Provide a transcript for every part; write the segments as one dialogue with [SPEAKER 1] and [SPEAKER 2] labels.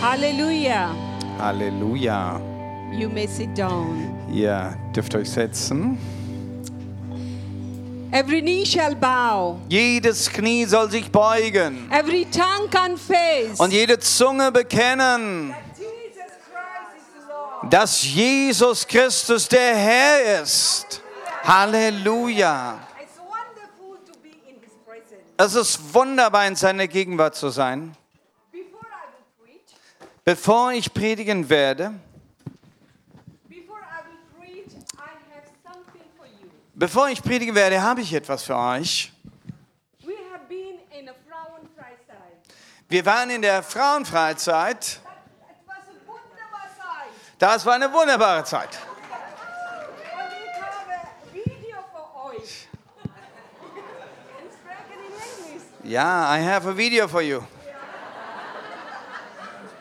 [SPEAKER 1] Halleluja.
[SPEAKER 2] Halleluja.
[SPEAKER 1] You may sit down.
[SPEAKER 2] Ihr dürft euch setzen.
[SPEAKER 1] Every knee shall bow.
[SPEAKER 2] Jedes Knie soll sich beugen
[SPEAKER 1] Every tongue confess
[SPEAKER 2] und jede Zunge bekennen,
[SPEAKER 1] Jesus Christ is the Lord.
[SPEAKER 2] dass Jesus Christus der Herr ist. Halleluja.
[SPEAKER 1] It's wonderful to be in His presence.
[SPEAKER 2] Es ist wunderbar, in seiner Gegenwart zu sein.
[SPEAKER 1] Before I will preach,
[SPEAKER 2] Bevor ich predigen werde,
[SPEAKER 1] before I will preach, I have something for you.
[SPEAKER 2] bevor ich predigen werde, habe ich etwas für euch.
[SPEAKER 1] We have been in a Frauen Freizeit.
[SPEAKER 2] Wir waren in der
[SPEAKER 1] That
[SPEAKER 2] Frauenfreizeit.
[SPEAKER 1] it was a wunderbar sight.
[SPEAKER 2] Das war eine wunderbare Zeit.
[SPEAKER 1] And we have a video for euch. it's spoken in English.
[SPEAKER 2] Ja, I have a video for you.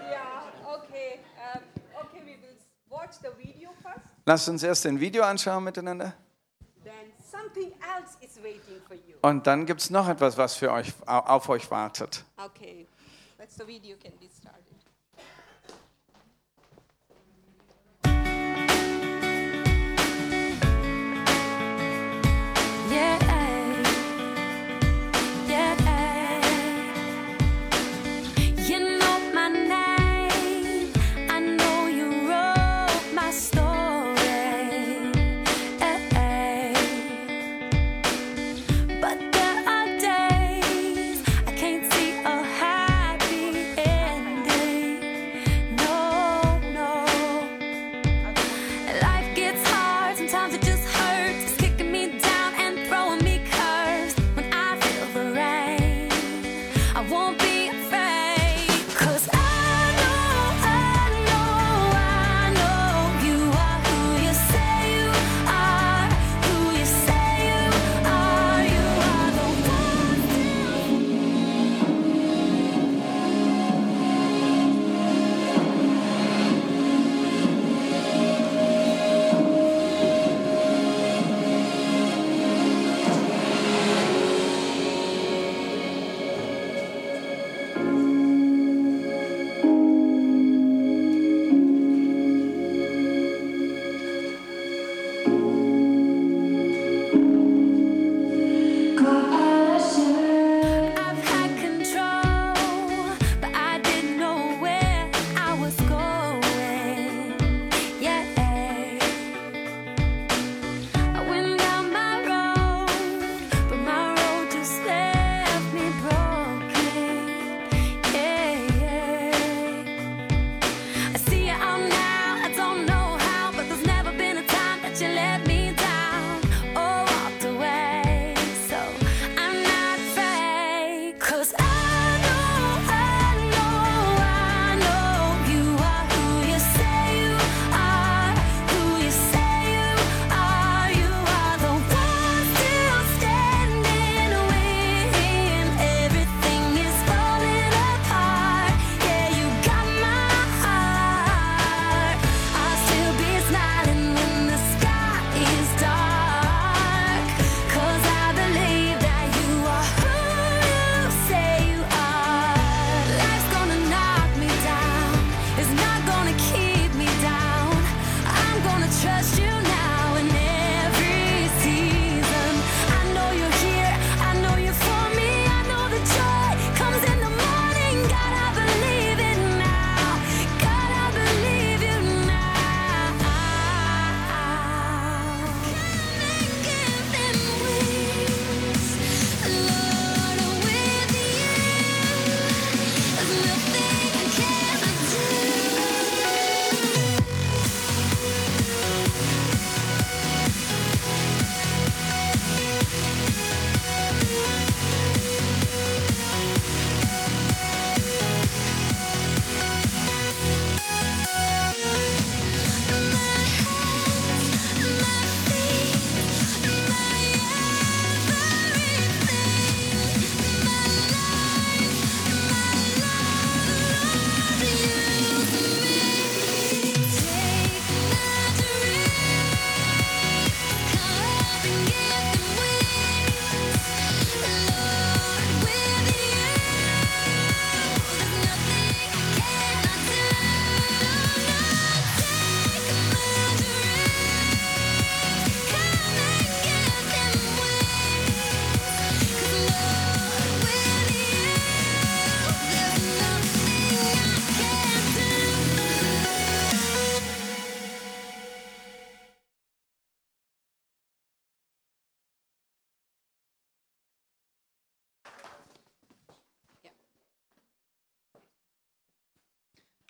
[SPEAKER 1] Yeah, okay. Um, okay, we will watch the video first.
[SPEAKER 2] Lasst uns erst ein Video anschauen miteinander.
[SPEAKER 1] Then something else is waiting for you.
[SPEAKER 2] Und dann gibt es noch etwas, was für euch, au- auf euch wartet.
[SPEAKER 1] Okay, that's the video can be started.
[SPEAKER 3] Yeah, yeah. You know my name. I know you wrote my story. But there are days I can't see a happy ending. Oh,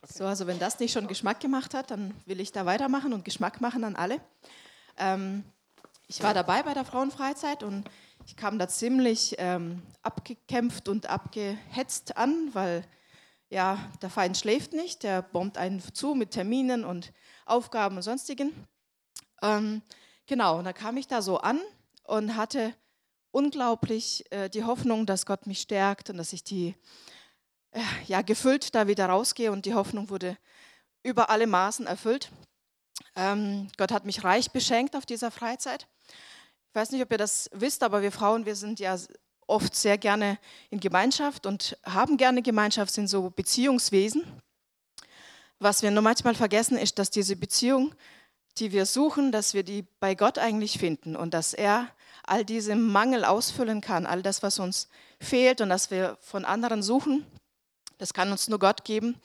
[SPEAKER 4] So, also wenn das nicht schon Geschmack gemacht hat, dann will ich da weitermachen und Geschmack machen an alle. Ähm, ich war dabei bei der Frauenfreizeit und ich kam da ziemlich ähm, abgekämpft und abgehetzt an, weil ja, der Feind schläft nicht, der bombt einen zu mit Terminen und Aufgaben und sonstigen. Ähm, genau, und dann kam ich da so an und hatte unglaublich äh, die Hoffnung, dass Gott mich stärkt und dass ich die ja, gefüllt da wieder rausgehe und die Hoffnung wurde über alle Maßen erfüllt. Ähm, Gott hat mich reich beschenkt auf dieser Freizeit. Ich weiß nicht, ob ihr das wisst, aber wir Frauen, wir sind ja oft sehr gerne in Gemeinschaft und haben gerne Gemeinschaft, sind so Beziehungswesen. Was wir nur manchmal vergessen, ist, dass diese Beziehung, die wir suchen, dass wir die bei Gott eigentlich finden und dass er all diesen Mangel ausfüllen kann, all das, was uns fehlt und das wir von anderen suchen. Das kann uns nur Gott geben.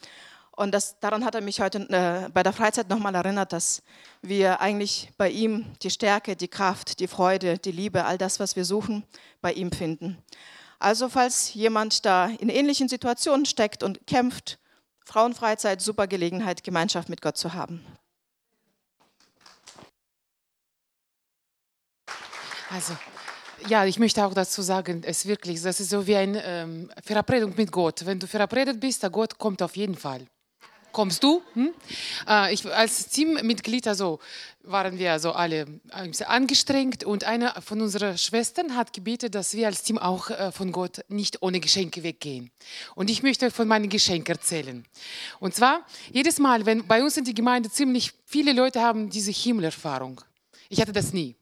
[SPEAKER 4] Und das, daran hat er mich heute äh, bei der Freizeit nochmal erinnert, dass wir eigentlich bei ihm die Stärke, die Kraft, die Freude, die Liebe, all das, was wir suchen, bei ihm finden. Also falls jemand da in ähnlichen Situationen steckt und kämpft, Frauenfreizeit, super Gelegenheit, Gemeinschaft mit Gott zu haben.
[SPEAKER 5] Also, ja, ich möchte auch dazu sagen, es wirklich, das ist so wie eine ähm, Verabredung mit Gott. Wenn du verabredet bist, der Gott kommt auf jeden Fall. Kommst du? Hm? Äh, ich, als Teammitglied also, waren wir also alle ein bisschen angestrengt und eine von unseren Schwestern hat gebetet, dass wir als Team auch äh, von Gott nicht ohne Geschenke weggehen. Und ich möchte von meinen Geschenken erzählen. Und zwar, jedes Mal, wenn bei uns in der Gemeinde ziemlich viele Leute haben diese Himmelerfahrung. Ich hatte das nie.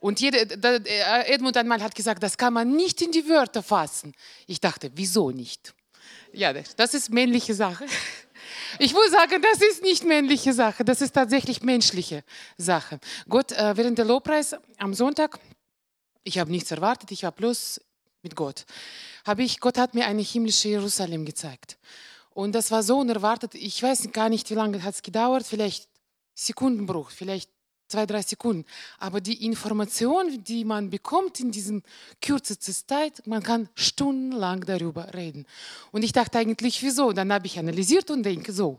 [SPEAKER 5] Und jede, da, äh, Edmund einmal hat gesagt, das kann man nicht in die Wörter fassen. Ich dachte, wieso nicht? Ja, das das ist männliche Sache. Ich muss sagen, das ist nicht männliche Sache, das ist tatsächlich menschliche Sache. Gott, äh, während der Lobpreis am Sonntag, ich habe nichts erwartet, ich war bloß mit Gott. Habe ich, Gott hat mir eine himmlische Jerusalem gezeigt. Und das war so unerwartet, ich weiß gar nicht, wie lange hat es gedauert, vielleicht Sekundenbruch, vielleicht zwei, drei Sekunden. Aber die Information, die man bekommt in diesen kürzesten Zeit, man kann stundenlang darüber reden. Und ich dachte eigentlich, wieso? Dann habe ich analysiert und denke so,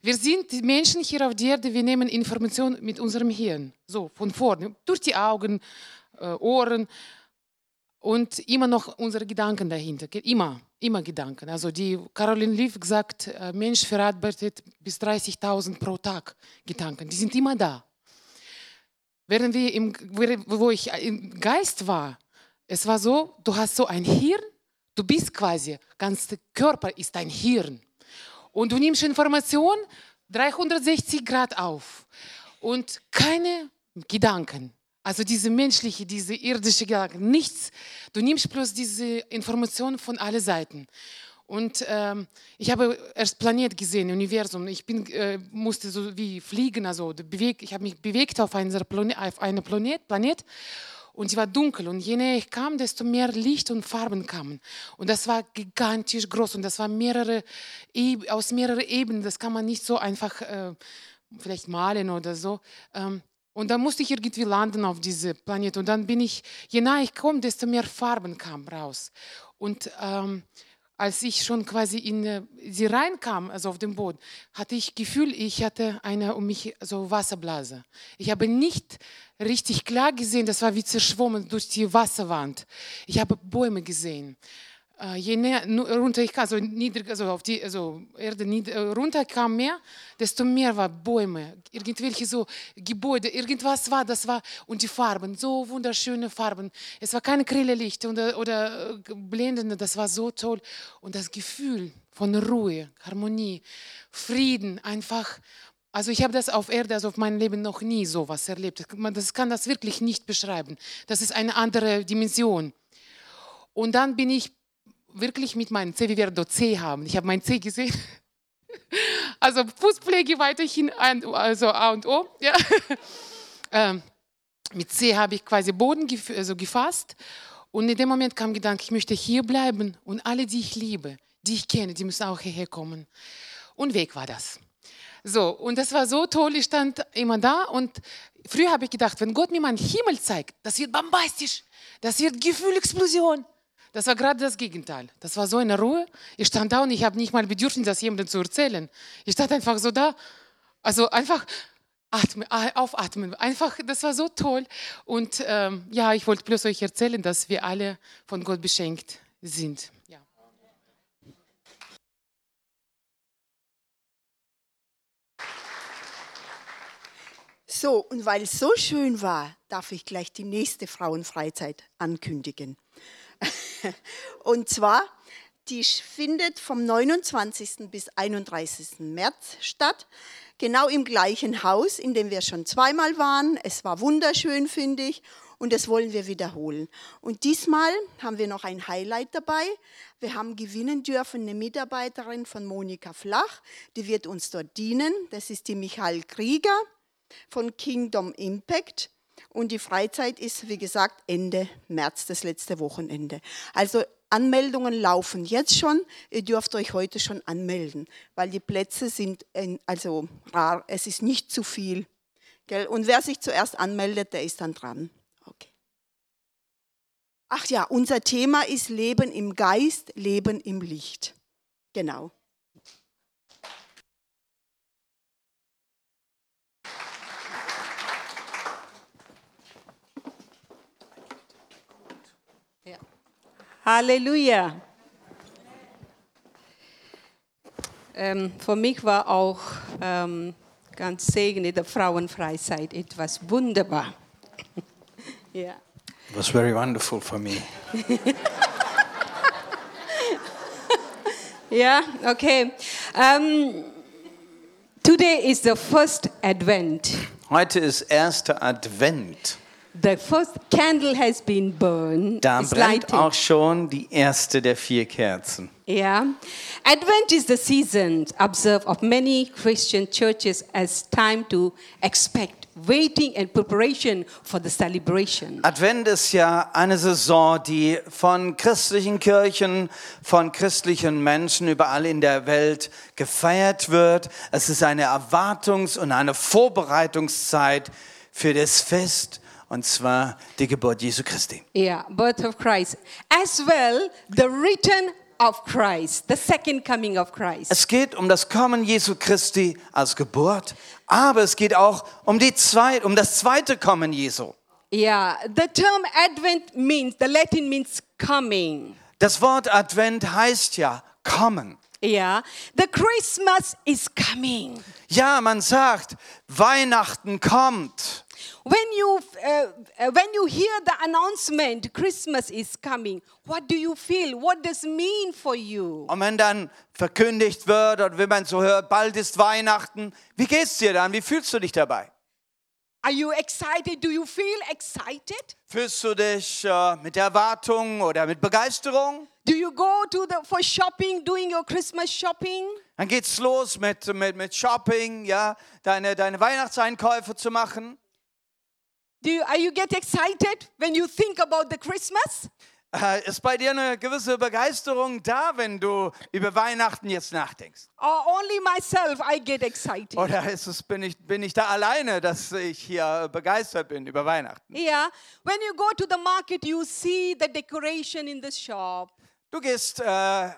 [SPEAKER 5] wir sind die Menschen hier auf der Erde, wir nehmen Informationen mit unserem Hirn, so von vorne, durch die Augen, äh, Ohren und immer noch unsere Gedanken dahinter. gell? Immer, immer Gedanken. Also die Caroline Leaf sagt, äh, Mensch verarbeitet bis 30.000 pro Tag Gedanken. Die sind immer da. Während wir im, während- wo ich im Geist war, es war so, du hast so ein Hirn, du bist quasi, ganz der Körper ist dein Hirn. Und du nimmst Informationen 360 Grad auf und keine Gedanken. Also diese menschliche, diese irdische Gedanken, nichts. Du nimmst bloß diese Informationen von alle Seiten. Und ähm, ich habe erst Planet gesehen, Universum. Ich bin, äh, musste so wie fliegen, also bewegt, ich habe mich bewegt auf einer Planet, auf eine Planet, Planet. Und sie war dunkel. Und je näher ich kam, desto mehr Licht und Farben kamen. Und das war gigantisch groß. Und das war mehrere, Eb- aus mehreren Ebenen. Das kann man nicht so einfach äh, vielleicht malen oder so. Ähm, und dann musste ich irgendwie landen auf diesem Planet. Und dann bin ich, je näher ich komme, desto mehr Farben kamen raus. Und ähm, als ich schon quasi in äh, sie reinkam, also auf den Boden, hatte ich Gefühl, ich hatte eine um mich so Wasserblase. Ich habe nicht richtig klar gesehen, das war wie zerschwommen durch die Wasserwand. Ich habe Bäume gesehen. Äh, je näher nu- runter ich kam, also, niedrig, also auf die also Erde nied, äh, runter kam mehr, desto mehr war Bäume, irgendwelche so Gebäude, irgendwas war, das war und die Farben, so wunderschöne Farben. Es war keine grelle Licht oder, oder äh, blendende, das war so toll und das Gefühl von Ruhe, Harmonie, Frieden, einfach also ich habe das auf Erde, also auf meinem Leben noch nie sowas erlebt. Man das kann das wirklich nicht beschreiben. Das ist eine andere Dimension. Und dann bin ich wirklich mit meinem C, wie wir dort C haben. Ich habe mein C gesehen. Also Fußpflege weiterhin, ein, also A und O. Ja. Ähm, mit C habe ich quasi Boden gef also gefasst. Und in dem Moment kam Gedanke, ich möchte hier bleiben. Und alle, die ich liebe, die ich kenne, die müssen auch hierher kommen. Und weg war das. So, und das war so toll, ich stand immer da und früher habe ich gedacht, wenn Gott mir meinen Himmel zeigt, das wird bombastisch, das wird Gefühlexplosion. Das war gerade das Gegenteil. Das war so eine Ruhe. Ich stand da und ich habe nicht mal Bedürfnis, das jemandem zu erzählen. Ich stand einfach so da. Also einfach atmen, a- aufatmen. Einfach, das war so toll. Und ähm, ja, ich wollte bloß euch erzählen, dass wir alle von Gott beschenkt sind. Ja.
[SPEAKER 6] So, und weil es so schön war, darf ich gleich die nächste Frauenfreizeit ankündigen. und zwar, die sch- findet vom 29. bis 31. März statt, genau im gleichen Haus, in dem wir schon zweimal waren. Es war wunderschön, finde ich, und das wollen wir wiederholen. Und diesmal haben wir noch ein Highlight dabei. Wir haben gewinnen dürfen eine Mitarbeiterin von Monika Flach, die wird uns dort dienen. Das ist die Michael Krieger von Kingdom Impact. Und die Freizeit ist, wie gesagt, Ende März, das letzte Wochenende. Also Anmeldungen laufen jetzt schon. Ihr dürft euch heute schon anmelden, weil die Plätze sind in, also rar. Es ist nicht zu viel. Gell? Und wer sich zuerst anmeldet, der ist dann dran. Okay. Ach ja, unser Thema ist Leben im Geist, Leben im Licht. Genau.
[SPEAKER 1] Halleluja. Ähm, für mich war auch ähm, ganz segnende Frauenfreizeit etwas wunderbar. ja.
[SPEAKER 2] It was very wonderful for me.
[SPEAKER 1] Ja, okay. Ähm, today is the first Advent.
[SPEAKER 2] Heute ist erster Advent.
[SPEAKER 1] The first candle has been burned.
[SPEAKER 2] Da
[SPEAKER 1] It's
[SPEAKER 2] brennt
[SPEAKER 1] lighted.
[SPEAKER 2] auch schon die erste der vier Kerzen.
[SPEAKER 1] Yeah. Advent is the season observed of many Christian churches as time to expect, waiting and preparation for the celebration.
[SPEAKER 2] Advent ist ja eine Saison, die von christlichen Kirchen, von christlichen Menschen überall in der Welt gefeiert wird. Es ist eine Erwartungs- und eine Vorbereitungszeit für das Fest, und zwar die Geburt Jesu Christi.
[SPEAKER 1] Yeah, birth of Christ. As well, the return of Christ, the second coming of Christ.
[SPEAKER 2] Es geht um das Kommen Jesu Christi als Geburt, aber es geht auch um, die zweit, um das zweite Kommen Jesu.
[SPEAKER 1] Yeah, the term Advent means, the Latin means coming.
[SPEAKER 2] Das Wort Advent heißt ja kommen.
[SPEAKER 1] Yeah, the Christmas is coming.
[SPEAKER 2] Ja, man sagt, Weihnachten kommt.
[SPEAKER 1] When you uh, uh, when you hear the announcement Christmas is coming, what do you feel? What does it mean for you?
[SPEAKER 2] Und wenn dann verkündigt wird oder wenn man so hört, bald ist Weihnachten, wie geht's dir dann? Wie fühlst du dich dabei?
[SPEAKER 1] Are you excited? Do you feel excited?
[SPEAKER 2] Fühlst du dich äh, mit Erwartung oder mit Begeisterung?
[SPEAKER 1] Do you go to the for shopping, doing your Christmas shopping?
[SPEAKER 2] Dann geht's los mit, mit, mit Shopping, ja, deine, deine Weihnachtseinkäufe zu machen.
[SPEAKER 1] Do you, are you get excited when you think about the Christmas?
[SPEAKER 2] Äh, ist bei dir eine gewisse Begeisterung da, wenn du über Weihnachten jetzt nachdenkst?
[SPEAKER 1] Or only myself I get excited.
[SPEAKER 2] Oder ist es, bin, ich, bin ich da alleine, dass ich hier begeistert bin über Weihnachten?
[SPEAKER 1] yeah, when you go to the market, you see the decoration in the shop.
[SPEAKER 2] Du gehst äh, äh,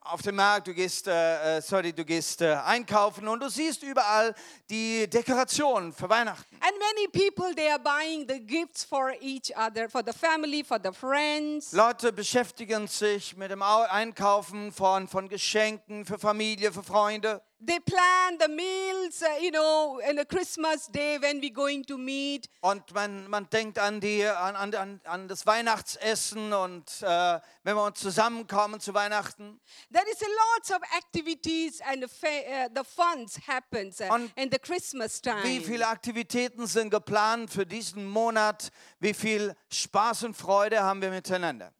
[SPEAKER 2] auf den Markt, du gehst, äh, äh, sorry, du gehst äh, einkaufen und du siehst überall die Dekorationen für Weihnachten.
[SPEAKER 1] And many people they are buying the gifts for each other, for the family, for the friends.
[SPEAKER 2] Leute beschäftigen sich mit dem Au- Einkaufen von, von Geschenken für Familie, für Freunde.
[SPEAKER 1] They plan the meals, uh, you know, and the Christmas day when we're going to meet.
[SPEAKER 2] Und man, man denkt an, die, an, an- an, an das Weihnachtsessen und äh, wenn wir uns zusammenkommen zu Weihnachten.
[SPEAKER 1] There is a lots of activities and the, fa- uh, the funds happens uh,
[SPEAKER 2] On-
[SPEAKER 1] in the Christmas time.
[SPEAKER 2] Wie viele Aktivitäten sind geplant für diesen Monat? Wie viel Spaß und Freude haben wir miteinander?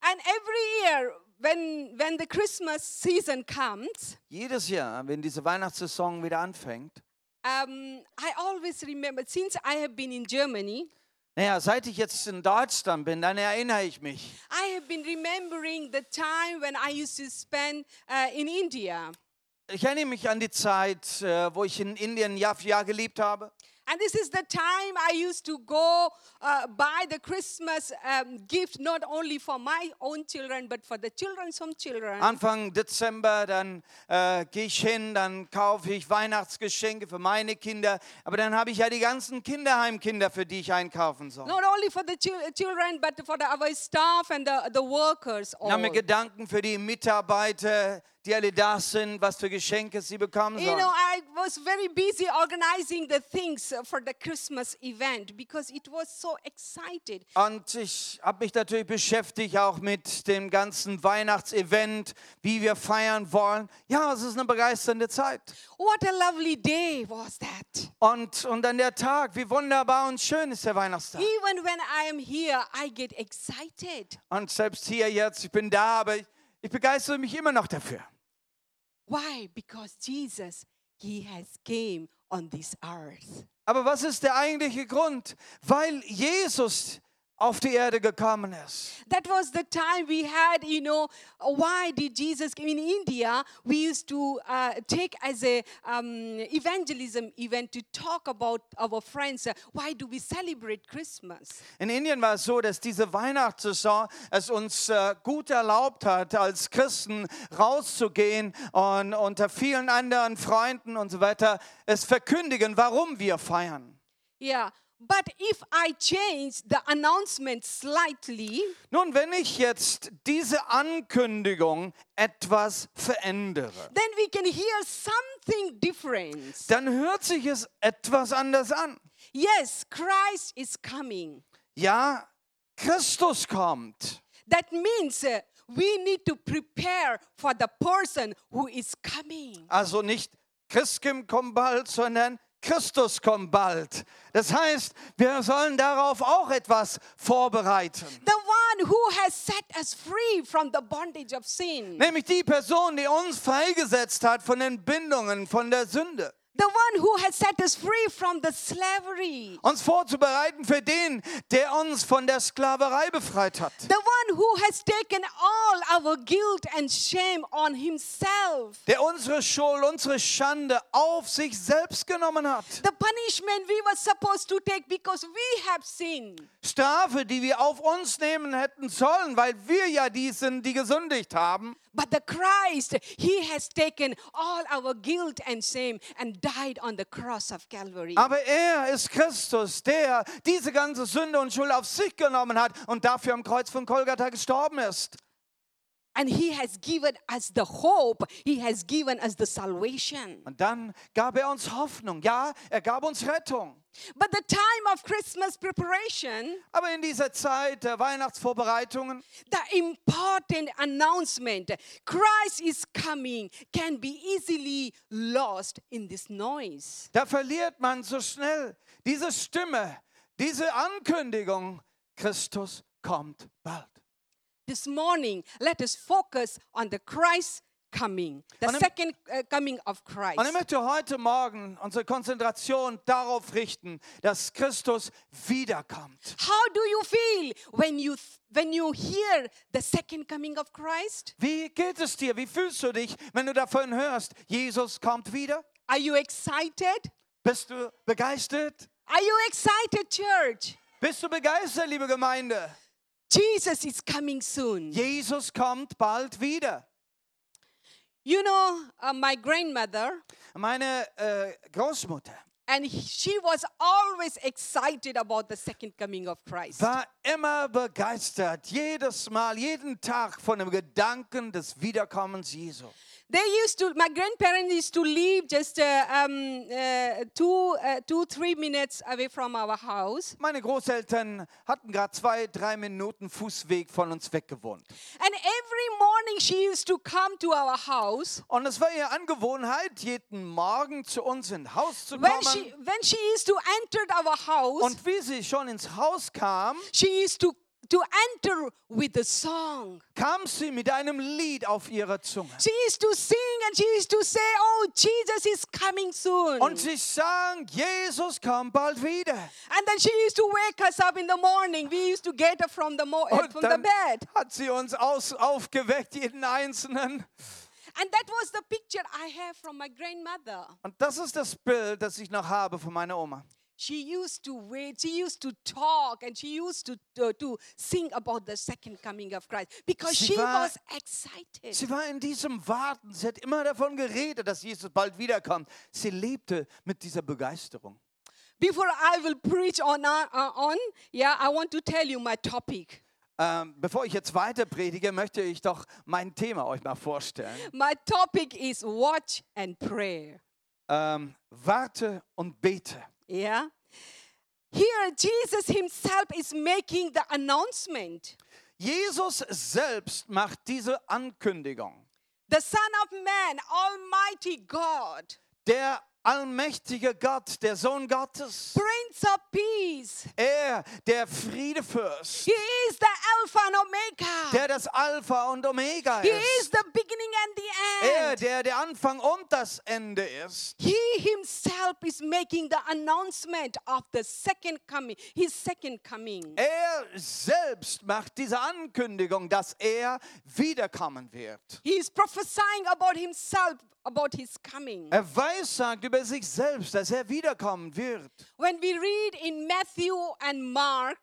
[SPEAKER 1] And every year when when the Christmas season comes,
[SPEAKER 2] Jedes Jahr, wenn diese Weihnachtssaison wieder anfängt,
[SPEAKER 1] um, I always remember since I have been in Germany,
[SPEAKER 2] naja, seit ich jetzt in Deutschland bin, dann erinnere ich mich.
[SPEAKER 1] I have been remembering the time when I used to spend uh, in India.
[SPEAKER 2] Ich erinnere mich an die Zeit, äh, wo ich in Indien Jahr für Jahr gelebt habe.
[SPEAKER 1] And this is the time I used to go uh, buy the Christmas um, gift, not only for my own children, but for the children's home children.
[SPEAKER 2] Anfang Dezember, dann äh, gehe ich hin, dann kaufe ich Weihnachtsgeschenke für meine Kinder. Aber dann habe ich ja die ganzen Kinderheimkinder, für die ich einkaufen soll.
[SPEAKER 1] not only for the chil- children, but for the, our staff and the, the workers.
[SPEAKER 2] Ich habe
[SPEAKER 1] All.
[SPEAKER 2] mir Gedanken für die Mitarbeiter, die alle da sind, was für Geschenke sie bekommen
[SPEAKER 1] You
[SPEAKER 2] sollen.
[SPEAKER 1] know, I was very busy organizing the things for the Christmas event because it was so excited.
[SPEAKER 2] Und ich habe mich natürlich beschäftigt auch mit dem ganzen Weihnachtsevent, wie wir feiern wollen. Ja, es ist eine begeisternde Zeit.
[SPEAKER 1] What a lovely day was that.
[SPEAKER 2] Und, und dann der Tag, wie wunderbar und schön ist der Weihnachtstag.
[SPEAKER 1] Even when I am here, I get excited.
[SPEAKER 2] Und selbst hier jetzt, ich bin da, aber ich, ich begeistere mich immer noch dafür.
[SPEAKER 1] Why? Because Jesus, he has came on this earth.
[SPEAKER 2] Aber was ist der eigentliche Grund? Weil Jesus auf die Erde gekommen ist.
[SPEAKER 1] That was the time we had, you know, why did Jesus came in India? We used to uh, take as a um, evangelism event to talk about our friends. uh, why do we celebrate Christmas?
[SPEAKER 2] In Indien war es so, dass diese Weihnachtssaison es uns äh, gut erlaubt hat, als Christen rauszugehen und unter vielen anderen Freunden und so weiter es verkündigen, warum wir feiern.
[SPEAKER 1] Yeah. But if I change the announcement slightly,
[SPEAKER 2] Nun, wenn ich jetzt diese Ankündigung etwas verändere,
[SPEAKER 1] then we can hear something different.
[SPEAKER 2] dann hört sich es etwas anders an.
[SPEAKER 1] Yes, Christ is coming.
[SPEAKER 2] Ja, Christus kommt.
[SPEAKER 1] That means uh, we need to prepare for the person who is coming.
[SPEAKER 2] Also nicht Christkind kommt bald, sondern Christus kommt bald. Das heißt, wir sollen darauf auch etwas vorbereiten.
[SPEAKER 1] The one who has set us free from the bondage of sin.
[SPEAKER 2] Nämlich die Person, die uns freigesetzt hat von den Bindungen, von der Sünde.
[SPEAKER 1] The one who has set us free from the slavery.
[SPEAKER 2] Uns vorzubereiten für den, der uns von der Sklaverei befreit hat.
[SPEAKER 1] The one who has taken all our guilt and shame on himself.
[SPEAKER 2] der unsere Schuld, unsere Schande auf sich selbst genommen hat.
[SPEAKER 1] The punishment we were supposed to take because we have sinned.
[SPEAKER 2] Strafe, die wir auf uns nehmen hätten sollen, weil wir ja die sind, die gesündigt haben.
[SPEAKER 1] But the Christ, he has taken all our guilt and shame and died on the cross of Calvary.
[SPEAKER 2] Aber er ist Christus, der diese ganze Sünde und Schuld auf sich genommen hat und dafür am Kreuz von Golgatha gestorben ist.
[SPEAKER 1] And he has given us the hope. He has given us the salvation.
[SPEAKER 2] Und dann gab er uns Hoffnung. Ja, er gab uns Rettung.
[SPEAKER 1] But the time of Christmas preparation,
[SPEAKER 2] Aber in dieser Zeit der Weihnachtsvorbereitungen
[SPEAKER 1] the important announcement, Christ is coming, can be easily lost in this noise.
[SPEAKER 2] Da verliert man so schnell diese Stimme, diese Ankündigung, Christus kommt bald.
[SPEAKER 1] This morning, let us focus on the Christ coming, the
[SPEAKER 2] Und im-
[SPEAKER 1] second uh, coming of Christ.
[SPEAKER 2] Und ich möchte heute Morgen unsere Konzentration darauf richten, dass Christus wiederkommt.
[SPEAKER 1] How do you feel when you th- when you hear the second coming of Christ?
[SPEAKER 2] Wie geht es dir? Wie fühlst du dich, wenn du davon hörst, Jesus kommt wieder?
[SPEAKER 1] Are you excited?
[SPEAKER 2] Bist du begeistert?
[SPEAKER 1] Are you excited, church?
[SPEAKER 2] Bist du begeistert, liebe Gemeinde?
[SPEAKER 1] Jesus is coming soon.
[SPEAKER 2] Jesus kommt bald wieder.
[SPEAKER 1] You know, uh, my grandmother,
[SPEAKER 2] Meine äh, Großmutter
[SPEAKER 1] and he- she was always excited about the second coming of Christ.
[SPEAKER 2] war immer begeistert, jedes Mal, jeden Tag von dem Gedanken des Wiederkommens Jesu.
[SPEAKER 1] They used to, my grandparents used to live just uh, um, uh, two, uh, two, three minutes away from our house.
[SPEAKER 2] Meine Großeltern hatten gerade zwei, drei Minuten Fußweg von uns weggewohnt.
[SPEAKER 1] And every morning she used to come to our house.
[SPEAKER 2] Und es war ihre Angewohnheit, jeden Morgen zu uns ins Haus zu
[SPEAKER 1] when she
[SPEAKER 2] kommen.
[SPEAKER 1] when she used to enter our house
[SPEAKER 2] Und wie sie schon ins Haus kam,
[SPEAKER 1] she used to to enter with a song
[SPEAKER 2] kam sie mit einem Lied auf ihrer Zunge.
[SPEAKER 1] she used to sing and she used to say oh jesus is coming soon
[SPEAKER 2] Und sie sang, Jesus kommt bald wieder.
[SPEAKER 1] and then she used to wake us up in the morning we used to get up from the mo- uh,
[SPEAKER 2] Und
[SPEAKER 1] from the
[SPEAKER 2] dann
[SPEAKER 1] bed
[SPEAKER 2] hat sie uns aus, aufgeweckt, jeden Einzelnen.
[SPEAKER 1] and that was the picture i have from my grandmother
[SPEAKER 2] Und das ist das Bild, das ich noch habe von meiner Oma.
[SPEAKER 1] she used to wait, she used to talk, and she used to, to, to sing about the second coming of Christ because
[SPEAKER 2] Sie
[SPEAKER 1] she
[SPEAKER 2] war-
[SPEAKER 1] was excited.
[SPEAKER 2] Sie war in diesem Warten. Sie hat immer davon geredet, dass Jesus bald wiederkommt. Sie lebte mit dieser Begeisterung.
[SPEAKER 1] Before I will preach on, uh, uh, on, yeah, I want to tell you my topic.
[SPEAKER 2] Ähm, bevor ich jetzt weiter predige, möchte ich doch mein Thema euch mal vorstellen.
[SPEAKER 1] My topic is watch and prayer.
[SPEAKER 2] Ähm, warte und bete.
[SPEAKER 1] Yeah. Here, Jesus himself is making the announcement.
[SPEAKER 2] Jesus selbst macht diese Ankündigung.
[SPEAKER 1] The Son of Man, Almighty God,
[SPEAKER 2] Der allmächtige Gott, der Sohn Gottes,
[SPEAKER 1] Prince of Peace,
[SPEAKER 2] er, der Friedefürst,
[SPEAKER 1] He is the Alpha and Omega.
[SPEAKER 2] der das Alpha und Omega
[SPEAKER 1] he is
[SPEAKER 2] ist,
[SPEAKER 1] the beginning and the
[SPEAKER 2] er,
[SPEAKER 1] end.
[SPEAKER 2] der der Anfang und das Ende ist.
[SPEAKER 1] he himself is making the announcement of the second coming, his second coming.
[SPEAKER 2] Er selbst macht diese Ankündigung, dass er wiederkommen wird.
[SPEAKER 1] He is prophesying about himself, about his coming.
[SPEAKER 2] Er weissagt über sich selbst, dass er wiederkommen wird.
[SPEAKER 1] When we read in Matthew and Mark,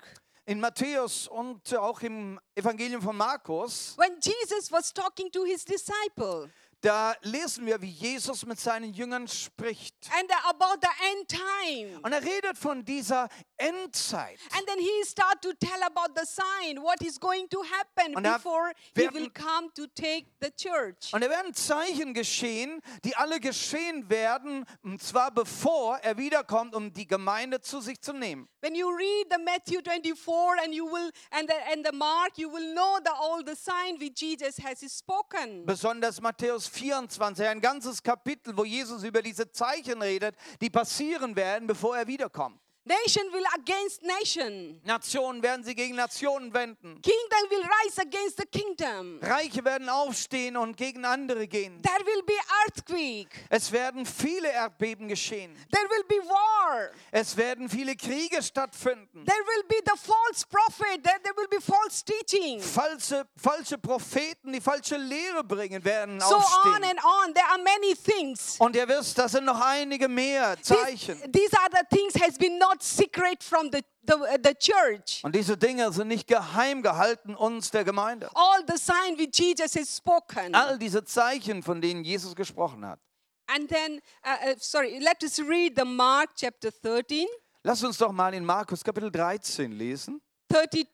[SPEAKER 2] In Matthäus und auch im Evangelium von Markus,
[SPEAKER 1] when Jesus was talking to his disciple
[SPEAKER 2] da lesen wir, wie Jesus mit seinen Jüngern spricht.
[SPEAKER 1] and about the end time.
[SPEAKER 2] Und er redet von dieser Endzeit.
[SPEAKER 1] And then he start to tell about the sign, what is going to happen
[SPEAKER 2] Und da
[SPEAKER 1] before he will
[SPEAKER 2] werden-
[SPEAKER 1] come to take the church.
[SPEAKER 2] Und da werden Zeichen geschehen, die alle geschehen werden, und zwar bevor er wiederkommt, um die Gemeinde zu sich zu nehmen.
[SPEAKER 1] When you read the Matthew 24 and you will and the, and the Mark, you will know the, all the sign which Jesus has spoken.
[SPEAKER 2] Besonders Matthäus 24, ein ganzes Kapitel, wo Jesus über diese Zeichen redet, die passieren werden, bevor er wiederkommt.
[SPEAKER 1] Nation will against nation.
[SPEAKER 2] Nationen werden sie gegen Nationen wenden.
[SPEAKER 1] Kingdom will rise against the kingdom.
[SPEAKER 2] Reiche werden aufstehen und gegen andere gehen.
[SPEAKER 1] There will be earthquake.
[SPEAKER 2] Es werden viele Erdbeben geschehen.
[SPEAKER 1] There will be war.
[SPEAKER 2] Es werden viele Kriege stattfinden.
[SPEAKER 1] There will be the false prophet. There, there will be false teaching.
[SPEAKER 2] Falsche, falsche Propheten, die falsche Lehre bringen, werden
[SPEAKER 1] So on
[SPEAKER 2] aufstehen.
[SPEAKER 1] and on. There are many things.
[SPEAKER 2] Und ihr wisst, das sind noch einige mehr
[SPEAKER 1] These,
[SPEAKER 2] Zeichen.
[SPEAKER 1] these are the things has been not secret from the, the, uh, the church.
[SPEAKER 2] Und diese Dinge sind nicht geheim gehalten uns der Gemeinde.
[SPEAKER 1] All the sign which Jesus has spoken.
[SPEAKER 2] All diese Zeichen, von denen Jesus gesprochen hat.
[SPEAKER 1] And then, uh, uh, sorry, let us read the Mark chapter 13,
[SPEAKER 2] Lass uns doch mal in Markus Kapitel 13 lesen.
[SPEAKER 1] 32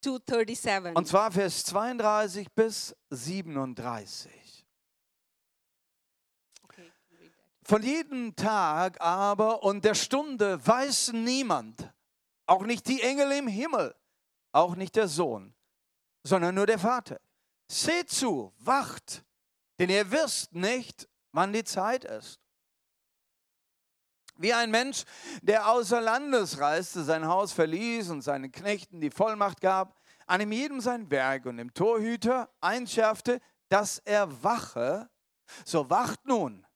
[SPEAKER 1] to 37.
[SPEAKER 2] Und zwar Vers 32 bis 37.
[SPEAKER 1] Okay, read that.
[SPEAKER 2] Von jedem Tag aber und der Stunde weiß niemand, auch nicht die Engel im Himmel, auch nicht der Sohn, sondern nur der Vater. Seht zu, wacht, denn ihr wisst nicht, wann die Zeit ist. Wie ein Mensch, der außer Landes reiste, sein Haus verließ und seinen Knechten die Vollmacht gab, einem jedem sein Werk und dem Torhüter einschärfte, dass er wache, so wacht nun.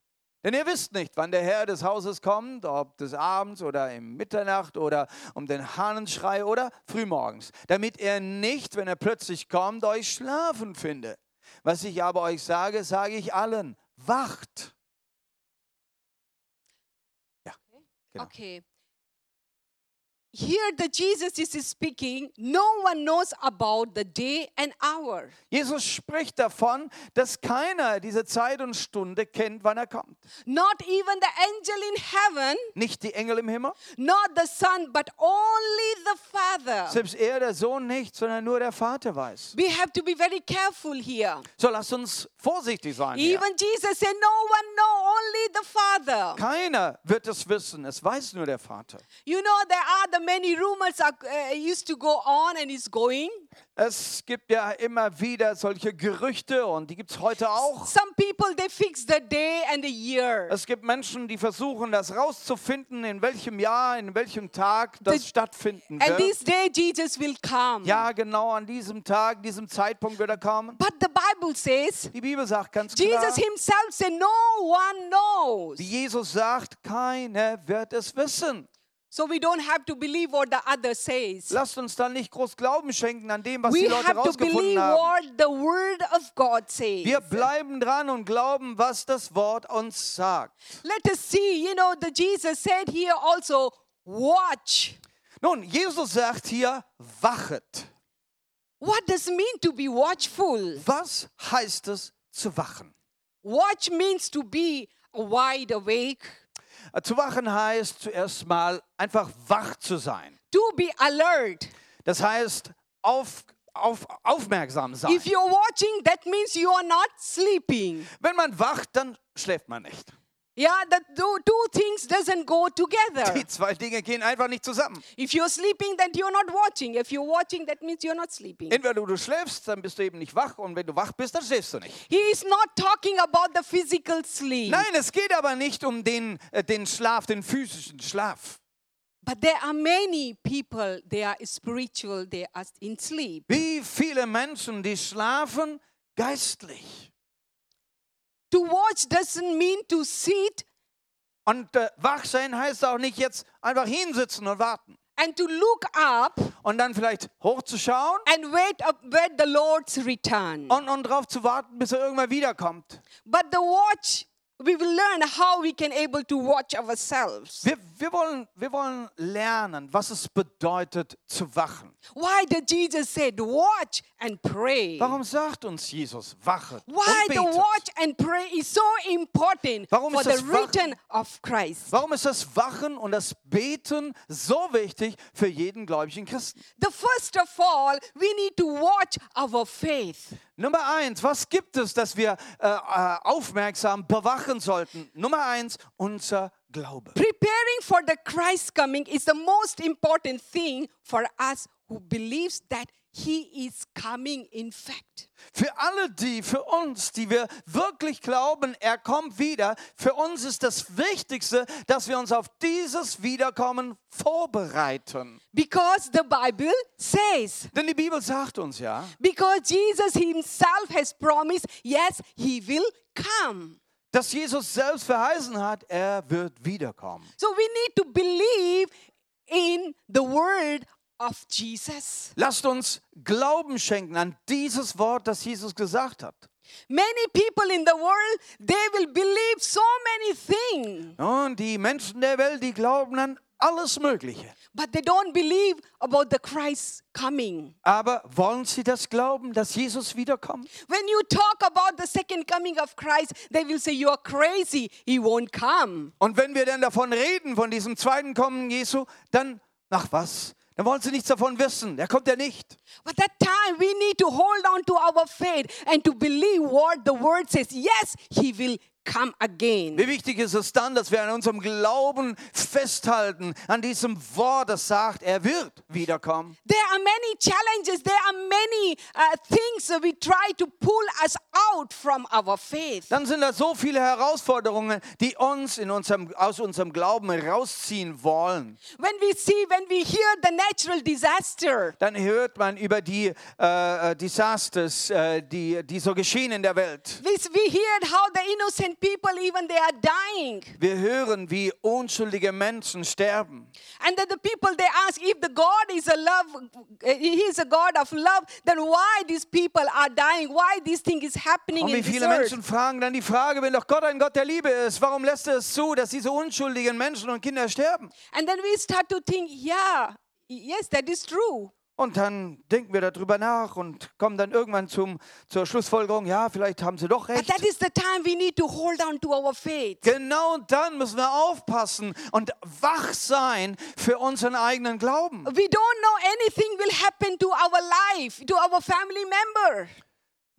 [SPEAKER 2] Denn ihr wisst nicht, wann der Herr des Hauses kommt, ob des Abends oder im Mitternacht oder um den Hahnenschrei oder frühmorgens, damit er nicht, wenn er plötzlich kommt, euch schlafen finde. Was ich aber euch sage, sage ich allen, wacht. Ja, genau.
[SPEAKER 1] Okay. Here the Jesus is speaking, no one knows about the day and hour.
[SPEAKER 2] Jesus spricht davon, dass keiner diese Zeit und Stunde kennt, wann er kommt.
[SPEAKER 1] Not even the angel in heaven,
[SPEAKER 2] Nicht die Engel im Himmel,
[SPEAKER 1] not the son, but only the father.
[SPEAKER 2] selbst er, der Sohn nicht, sondern nur der Vater weiß.
[SPEAKER 1] We have to be very careful here.
[SPEAKER 2] So lasst uns vorsichtig sein. hier.
[SPEAKER 1] Even Jesus said, no one know, only the father.
[SPEAKER 2] Keiner wird es wissen, es weiß nur der Vater.
[SPEAKER 1] You know, there are the many rumors are, uh, used to go on and is going.
[SPEAKER 2] Es gibt ja immer wieder solche Gerüchte und die gibt es heute auch.
[SPEAKER 1] Some people, they fix the day and the year.
[SPEAKER 2] Es gibt Menschen, die versuchen, das rauszufinden, in welchem Jahr, in welchem Tag das
[SPEAKER 1] The-
[SPEAKER 2] stattfinden
[SPEAKER 1] And
[SPEAKER 2] wird.
[SPEAKER 1] this day, Jesus will come.
[SPEAKER 2] Ja, genau an diesem Tag, diesem Zeitpunkt wird er kommen.
[SPEAKER 1] But the Bible says,
[SPEAKER 2] Die Bibel sagt ganz klar,
[SPEAKER 1] Jesus himself said, no one knows.
[SPEAKER 2] wie Jesus sagt, keiner wird es wissen.
[SPEAKER 1] So we don't have to believe what the other says.
[SPEAKER 2] Lasst uns dann nicht groß Glauben schenken an dem, was
[SPEAKER 1] We
[SPEAKER 2] die Leute
[SPEAKER 1] have to believe
[SPEAKER 2] rausgefunden haben.
[SPEAKER 1] what the word of God says.
[SPEAKER 2] Wir bleiben dran und glauben, was das Wort uns sagt.
[SPEAKER 1] Let us see, you know, the Jesus said here also, watch.
[SPEAKER 2] Nun, Jesus sagt hier, wachet.
[SPEAKER 1] What does it mean to be watchful?
[SPEAKER 2] Was heißt es zu wachen?
[SPEAKER 1] Watch means to be wide awake,
[SPEAKER 2] Äh, Zu wachen heißt zuerst mal einfach wach zu sein.
[SPEAKER 1] to be alert.
[SPEAKER 2] Das heißt, auf, auf, aufmerksam sein.
[SPEAKER 1] If you're watching, that means you are not sleeping.
[SPEAKER 2] Wenn man wacht, dann schläft man nicht.
[SPEAKER 1] Yeah, the two, two things doesn't go together.
[SPEAKER 2] Die zwei Dinge gehen einfach nicht zusammen.
[SPEAKER 1] If you're sleeping, then you're not watching. If you're watching, that means you're not sleeping.
[SPEAKER 2] Entweder du schläfst, dann bist du eben nicht wach und wenn du wach bist, dann schläfst du nicht.
[SPEAKER 1] He is not talking about the physical sleep.
[SPEAKER 2] Nein, es geht aber nicht um den, äh, den Schlaf, den physischen Schlaf.
[SPEAKER 1] But there are many people, they are spiritual, they are in sleep.
[SPEAKER 2] Wie viele Menschen, die schlafen geistlich.
[SPEAKER 1] To watch doesn't mean to sit
[SPEAKER 2] Und äh, wach sein heißt auch nicht jetzt einfach hinsitzen und warten.
[SPEAKER 1] and to look up
[SPEAKER 2] Und dann vielleicht hochzuschauen
[SPEAKER 1] and wait up wait the Lord's return.
[SPEAKER 2] und, und darauf zu warten, bis er irgendwann wiederkommt.
[SPEAKER 1] But the watch, we will learn how we can able to watch ourselves.
[SPEAKER 2] Wir, wir, wollen, wir wollen lernen, was es bedeutet zu wachen.
[SPEAKER 1] Why did Jesus said watch and pray?
[SPEAKER 2] Warum sagt uns Jesus, wachet
[SPEAKER 1] Why
[SPEAKER 2] und
[SPEAKER 1] the
[SPEAKER 2] betet?
[SPEAKER 1] watch and pray is so important
[SPEAKER 2] Warum
[SPEAKER 1] for
[SPEAKER 2] ist das
[SPEAKER 1] the
[SPEAKER 2] Wachen-
[SPEAKER 1] return of Christ.
[SPEAKER 2] Warum ist das Wachen und das Beten so wichtig für jeden gläubigen Christen?
[SPEAKER 1] The first of all, we need to watch our faith.
[SPEAKER 2] Nummer eins, was gibt es, dass wir äh, äh, aufmerksam bewachen sollten? Nummer eins, unser Glaube.
[SPEAKER 1] Preparing for the Christ coming is the most important thing for us who believes that he is coming in fact.
[SPEAKER 2] Für alle die, für uns, die wir wirklich glauben, er kommt wieder, für uns ist das Wichtigste, dass wir uns auf dieses Wiederkommen vorbereiten.
[SPEAKER 1] Because the Bible says,
[SPEAKER 2] Denn die Bibel sagt uns ja,
[SPEAKER 1] because Jesus himself has promised, yes, he will come.
[SPEAKER 2] dass Jesus selbst verheißen hat, er wird wiederkommen.
[SPEAKER 1] So we need to believe in the word of Jesus.
[SPEAKER 2] Lasst uns Glauben schenken an dieses Wort, das Jesus gesagt hat.
[SPEAKER 1] Many people in the world, they will believe so many things,
[SPEAKER 2] Und die Menschen der Welt, die glauben an alles Mögliche.
[SPEAKER 1] but they don't believe about the Christ coming.
[SPEAKER 2] Aber wollen sie das glauben, dass Jesus wiederkommt?
[SPEAKER 1] When you talk about the second coming of Christ, they will say, You are crazy. He won't come.
[SPEAKER 2] Und wenn wir dann davon reden, von diesem zweiten Kommen Jesu, dann, nach was? Dann wollen sie nichts davon wissen. Er kommt ja nicht.
[SPEAKER 1] But that time, we need to hold on to our faith and to believe what the word says. Yes, He will come again.
[SPEAKER 2] Wie wichtig ist es dann, dass wir an unserem Glauben festhalten, an diesem Wort, das sagt, er wird wiederkommen?
[SPEAKER 1] There are many challenges, there are many uh, things that we try to pull us out from our faith.
[SPEAKER 2] dann sind da so viele Herausforderungen, die uns in unserem, aus unserem Glauben rausziehen wollen.
[SPEAKER 1] When we see, when we hear the natural disaster,
[SPEAKER 2] Dann hört man über die äh, äh, Disasters, äh, die, die so geschehen in der Welt.
[SPEAKER 1] we, we hear how the innocent people, even they are dying.
[SPEAKER 2] Wir hören, wie unschuldige Menschen sterben.
[SPEAKER 1] And then the people they ask if the God is a love, he is a God of love, then why these people are dying? Why this thing is happening
[SPEAKER 2] Und
[SPEAKER 1] in
[SPEAKER 2] wie
[SPEAKER 1] this
[SPEAKER 2] viele
[SPEAKER 1] earth?
[SPEAKER 2] Menschen fragen dann die Frage, wenn doch Gott ein Gott der Liebe ist, warum lässt er es zu, dass diese unschuldigen Menschen und Kinder sterben?
[SPEAKER 1] And then we start to think, yeah, yes, that is true.
[SPEAKER 2] Und dann denken wir darüber nach und kommen dann irgendwann zum, zur Schlussfolgerung, ja, vielleicht haben sie doch
[SPEAKER 1] But
[SPEAKER 2] recht.
[SPEAKER 1] that is the time we need to hold on to our faith.
[SPEAKER 2] Genau dann müssen wir aufpassen und wach sein für unseren eigenen Glauben.
[SPEAKER 1] We don't know anything will happen to our life, to our family member.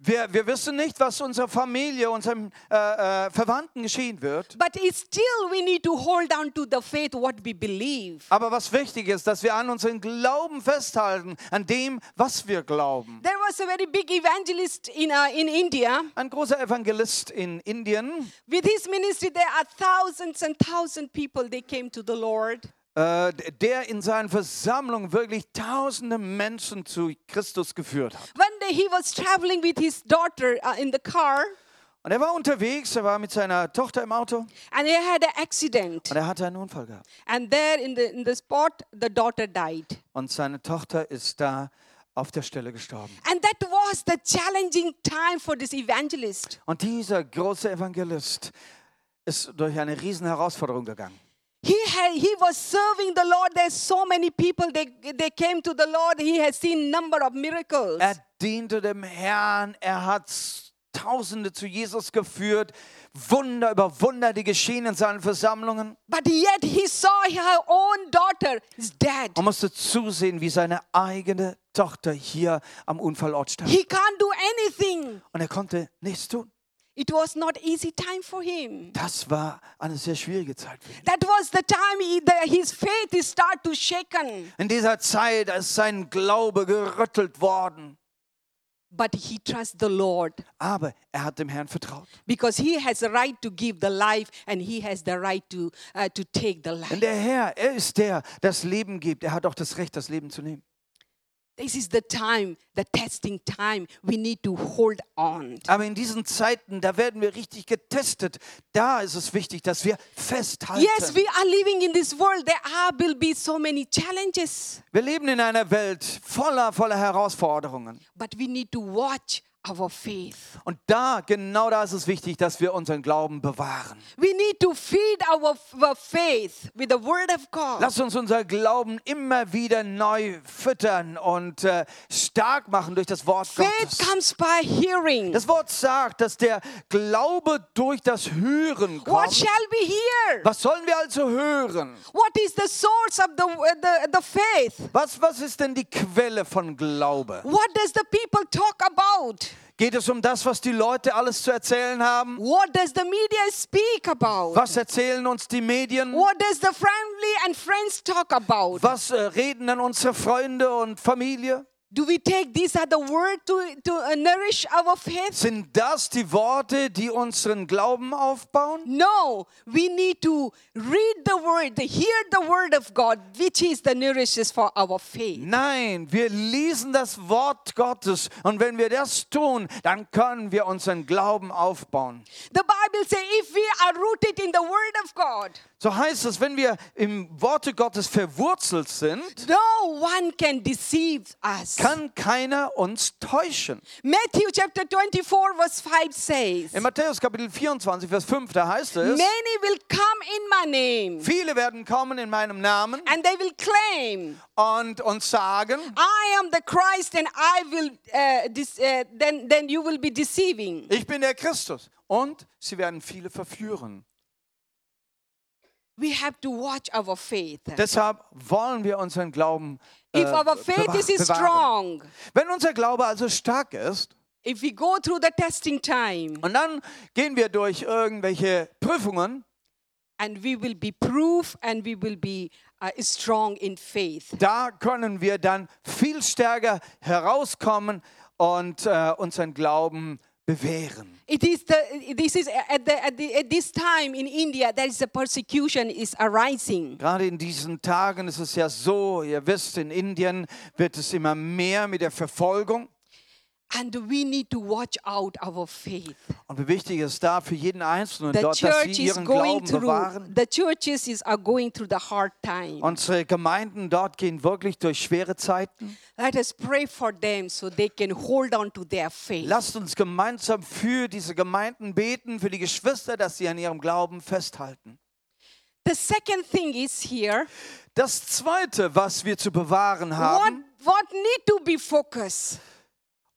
[SPEAKER 2] Wir, wir wissen nicht, was unserer Familie, unserem äh, äh, Verwandten geschehen wird.
[SPEAKER 1] But it's still we need to hold on to the faith what we believe.
[SPEAKER 2] Aber was wichtig ist, dass wir an unseren Glauben festhalten, an dem, was wir glauben.
[SPEAKER 1] There was a very big evangelist in, uh, in India.
[SPEAKER 2] Ein großer Evangelist in Indien,
[SPEAKER 1] With his ministry, there are thousands and thousands people they came to the Lord.
[SPEAKER 2] äh, der in seinen Versammlungen wirklich tausende Menschen zu Christus geführt hat.
[SPEAKER 1] One day he was traveling with his daughter uh, in the car
[SPEAKER 2] Und er war unterwegs, er war mit seiner Tochter im Auto
[SPEAKER 1] and he had an accident.
[SPEAKER 2] und er hatte einen Unfall gehabt.
[SPEAKER 1] And there in the, in the spot, the daughter died.
[SPEAKER 2] Und seine Tochter ist da auf der Stelle gestorben.
[SPEAKER 1] And that was the challenging time for this evangelist.
[SPEAKER 2] Und dieser große Evangelist ist durch eine riesen Herausforderung gegangen.
[SPEAKER 1] He, had, he was serving the Lord. There's so many people, they, they came to the Lord. He has seen number of miracles.
[SPEAKER 2] Er diente dem Herrn, er hat Tausende zu Jesus geführt, Wunder über Wunder, die geschehen in seinen Versammlungen.
[SPEAKER 1] But yet he saw her own daughter is dead.
[SPEAKER 2] Er musste zusehen, wie seine eigene Tochter hier am Unfallort starb.
[SPEAKER 1] He can't do anything.
[SPEAKER 2] Und er konnte nichts tun.
[SPEAKER 1] It was not easy time for him.
[SPEAKER 2] Das war eine sehr schwierige Zeit für ihn.
[SPEAKER 1] That was the time he, the, his faith is start to shaken.
[SPEAKER 2] In dieser Zeit ist sein Glaube gerüttelt worden.
[SPEAKER 1] But he trusts the Lord
[SPEAKER 2] Aber er hat dem Herrn vertraut.
[SPEAKER 1] because he has the right to give the life and he has the right to, uh, to take the
[SPEAKER 2] Denn
[SPEAKER 1] life.
[SPEAKER 2] der Herr, er ist der, das Leben gibt. Er hat auch das Recht, das Leben zu nehmen.
[SPEAKER 1] This is the time, the testing time we need to hold on.
[SPEAKER 2] Aber in diesen Zeiten, da werden wir richtig getestet. Da ist es wichtig, dass wir festhalten.
[SPEAKER 1] Yes, we are living in this world. There are, will be so many challenges,
[SPEAKER 2] wir leben in einer Welt voller, voller Herausforderungen.
[SPEAKER 1] but we need to watch our faith.
[SPEAKER 2] Und da, genau da ist es wichtig, dass wir unseren Glauben bewahren.
[SPEAKER 1] We need to feed our, our faith with the word of God.
[SPEAKER 2] Lass uns unser Glauben immer wieder neu füttern und äh, stark machen durch das Wort
[SPEAKER 1] faith
[SPEAKER 2] Gottes.
[SPEAKER 1] comes by hearing.
[SPEAKER 2] Das Wort sagt, dass der Glaube durch das Hören
[SPEAKER 1] What
[SPEAKER 2] kommt.
[SPEAKER 1] shall we hear?
[SPEAKER 2] Was sollen wir also hören?
[SPEAKER 1] What is the source of the, the, the faith?
[SPEAKER 2] Was, was ist denn die Quelle von Glaube?
[SPEAKER 1] What does the people talk about?
[SPEAKER 2] Geht es um das, was die Leute alles zu erzählen haben?
[SPEAKER 1] What does the media speak about?
[SPEAKER 2] Was erzählen uns die Medien?
[SPEAKER 1] What does the family and friends talk about?
[SPEAKER 2] Was äh, reden dann unsere Freunde und Familie?
[SPEAKER 1] Do we take these are the word to, to uh, nourish our faith?
[SPEAKER 2] Sind das die Worte, die unseren Glauben aufbauen?
[SPEAKER 1] No, we need to read the word, hear the word of God, which is the nourishes for our faith.
[SPEAKER 2] Nein, wir lesen das Wort Gottes und wenn wir das tun, dann können wir unseren Glauben aufbauen.
[SPEAKER 1] The Bible says if we are rooted in the word of God,
[SPEAKER 2] So heißt es, wenn wir im Worte Gottes verwurzelt sind,
[SPEAKER 1] no one can deceive us.
[SPEAKER 2] kann keiner uns täuschen.
[SPEAKER 1] Matthew chapter 24, verse 5 says,
[SPEAKER 2] In Matthäus Kapitel 24, Vers 5, da heißt es,
[SPEAKER 1] Many will come in my name,
[SPEAKER 2] viele werden kommen in meinem Namen
[SPEAKER 1] and they will claim,
[SPEAKER 2] und uns sagen,
[SPEAKER 1] I am the Christ, and I will, uh, dis- uh, then, then you will be deceiving.
[SPEAKER 2] ich bin der Christus. Und sie werden viele verführen.
[SPEAKER 1] We have to watch our faith.
[SPEAKER 2] Deshalb wollen wir unseren Glauben äh,
[SPEAKER 1] if our faith
[SPEAKER 2] bewahr-
[SPEAKER 1] is
[SPEAKER 2] bewahren.
[SPEAKER 1] strong,
[SPEAKER 2] Wenn unser Glaube also stark ist
[SPEAKER 1] if we go through the testing time,
[SPEAKER 2] und dann gehen wir durch irgendwelche Prüfungen,
[SPEAKER 1] and we will be proof and we will be uh, strong in faith.
[SPEAKER 2] da können wir dann viel stärker herauskommen und äh, unseren Glauben bewähren.
[SPEAKER 1] It is the, this is uh, at, the, at, the, at this time in India, there is a persecution is arising.
[SPEAKER 2] Gerade in diesen Tagen ist es ja so, ihr wisst, in Indien wird es immer mehr mit der Verfolgung.
[SPEAKER 1] And we need to watch out our faith.
[SPEAKER 2] Und wie wichtig ist da für jeden Einzelnen
[SPEAKER 1] The
[SPEAKER 2] dort, dass
[SPEAKER 1] church
[SPEAKER 2] sie
[SPEAKER 1] is
[SPEAKER 2] ihren
[SPEAKER 1] going
[SPEAKER 2] Glauben
[SPEAKER 1] through,
[SPEAKER 2] bewahren.
[SPEAKER 1] the churches is, are going through the hard time.
[SPEAKER 2] Unsere Gemeinden dort gehen wirklich durch schwere Zeiten.
[SPEAKER 1] Let us pray for them so they can hold on to their faith.
[SPEAKER 2] Lasst uns gemeinsam für diese Gemeinden beten, für die Geschwister, dass sie an ihrem Glauben festhalten.
[SPEAKER 1] The second thing is here,
[SPEAKER 2] Das Zweite, was wir zu bewahren
[SPEAKER 1] what,
[SPEAKER 2] haben,
[SPEAKER 1] what need to be focused?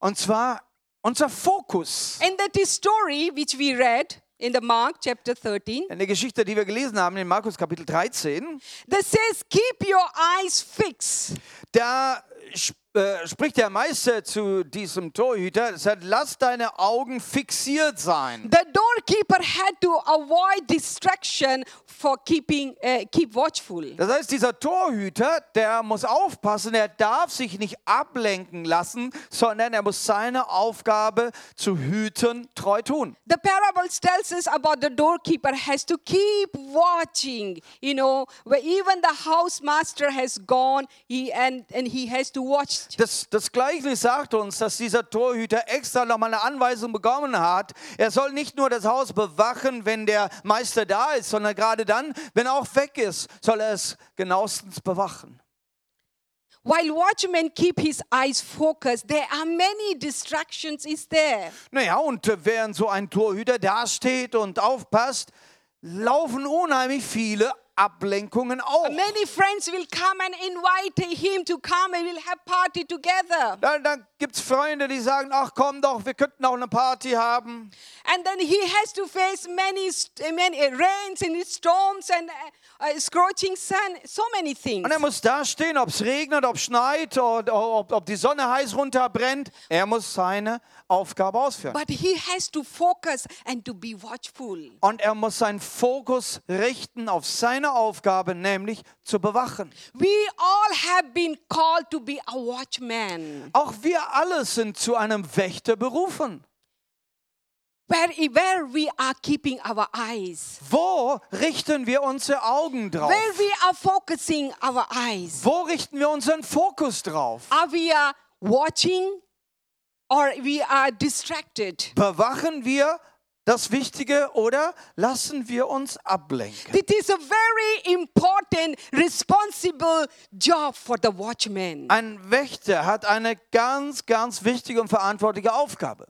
[SPEAKER 2] und zwar unser Fokus.
[SPEAKER 1] And that is story which we read in the Mark chapter 13
[SPEAKER 2] In der Geschichte, die wir gelesen haben, in Markus Kapitel 13,
[SPEAKER 1] that says, keep your eyes fixed.
[SPEAKER 2] da sp- äh, spricht der Meister zu diesem Torhüter, er sagt, lass deine Augen fixiert sein.
[SPEAKER 1] The doorkeeper had to avoid distraction for keeping uh, keep watchful.
[SPEAKER 2] Das heißt, dieser Torhüter, der muss aufpassen, er darf sich nicht ablenken lassen, sondern er muss seine Aufgabe zu hüten treu tun.
[SPEAKER 1] The parable tells us about the doorkeeper has to keep watching, you know, where even the house master has gone he, and, and he has to watch.
[SPEAKER 2] Das, das Gleichnis sagt uns, dass dieser Torhüter extra nochmal eine Anweisung bekommen hat. Er soll nicht nur das Haus bewachen, wenn der Meister da ist, sondern gerade dann, wenn er auch weg ist, soll er es genauestens bewachen.
[SPEAKER 1] While watchmen keep his eyes focused, there are many distractions is there.
[SPEAKER 2] Naja, und äh, während so ein Torhüter dasteht und aufpasst, laufen unheimlich viele Ablenkungen auch.
[SPEAKER 1] Many friends will come and invite him to come and we'll have party together.
[SPEAKER 2] Dann, dann gibt es Freunde, die sagen, ach komm doch, wir könnten auch eine Party haben.
[SPEAKER 1] And then he has to face many, st- many rains and storms and uh, uh, scorching sun, so many things.
[SPEAKER 2] Und er muss da stehen, ob es regnet, ob es schneit, oder ob, ob die Sonne heiß runterbrennt. Er muss seine Aufgabe ausführen.
[SPEAKER 1] But he has to focus and to be watchful.
[SPEAKER 2] Und er muss seinen Fokus richten auf seine Aufgabe, nämlich zu bewachen.
[SPEAKER 1] We all have been called to be a watchman.
[SPEAKER 2] Auch wir alle sind zu einem Wächter berufen.
[SPEAKER 1] Where, where we are keeping our eyes,
[SPEAKER 2] Wo richten wir unsere Augen drauf?
[SPEAKER 1] where we are focusing our eyes.
[SPEAKER 2] Wo richten wir unseren Fokus drauf?
[SPEAKER 1] Are we uh, watching or we are distracted?
[SPEAKER 2] Bewachen wir das Wichtige oder lassen wir uns ablenken?
[SPEAKER 1] It is a very important, responsible job for the watchman.
[SPEAKER 2] Ein Wächter hat eine ganz, ganz wichtige und verantwortliche Aufgabe.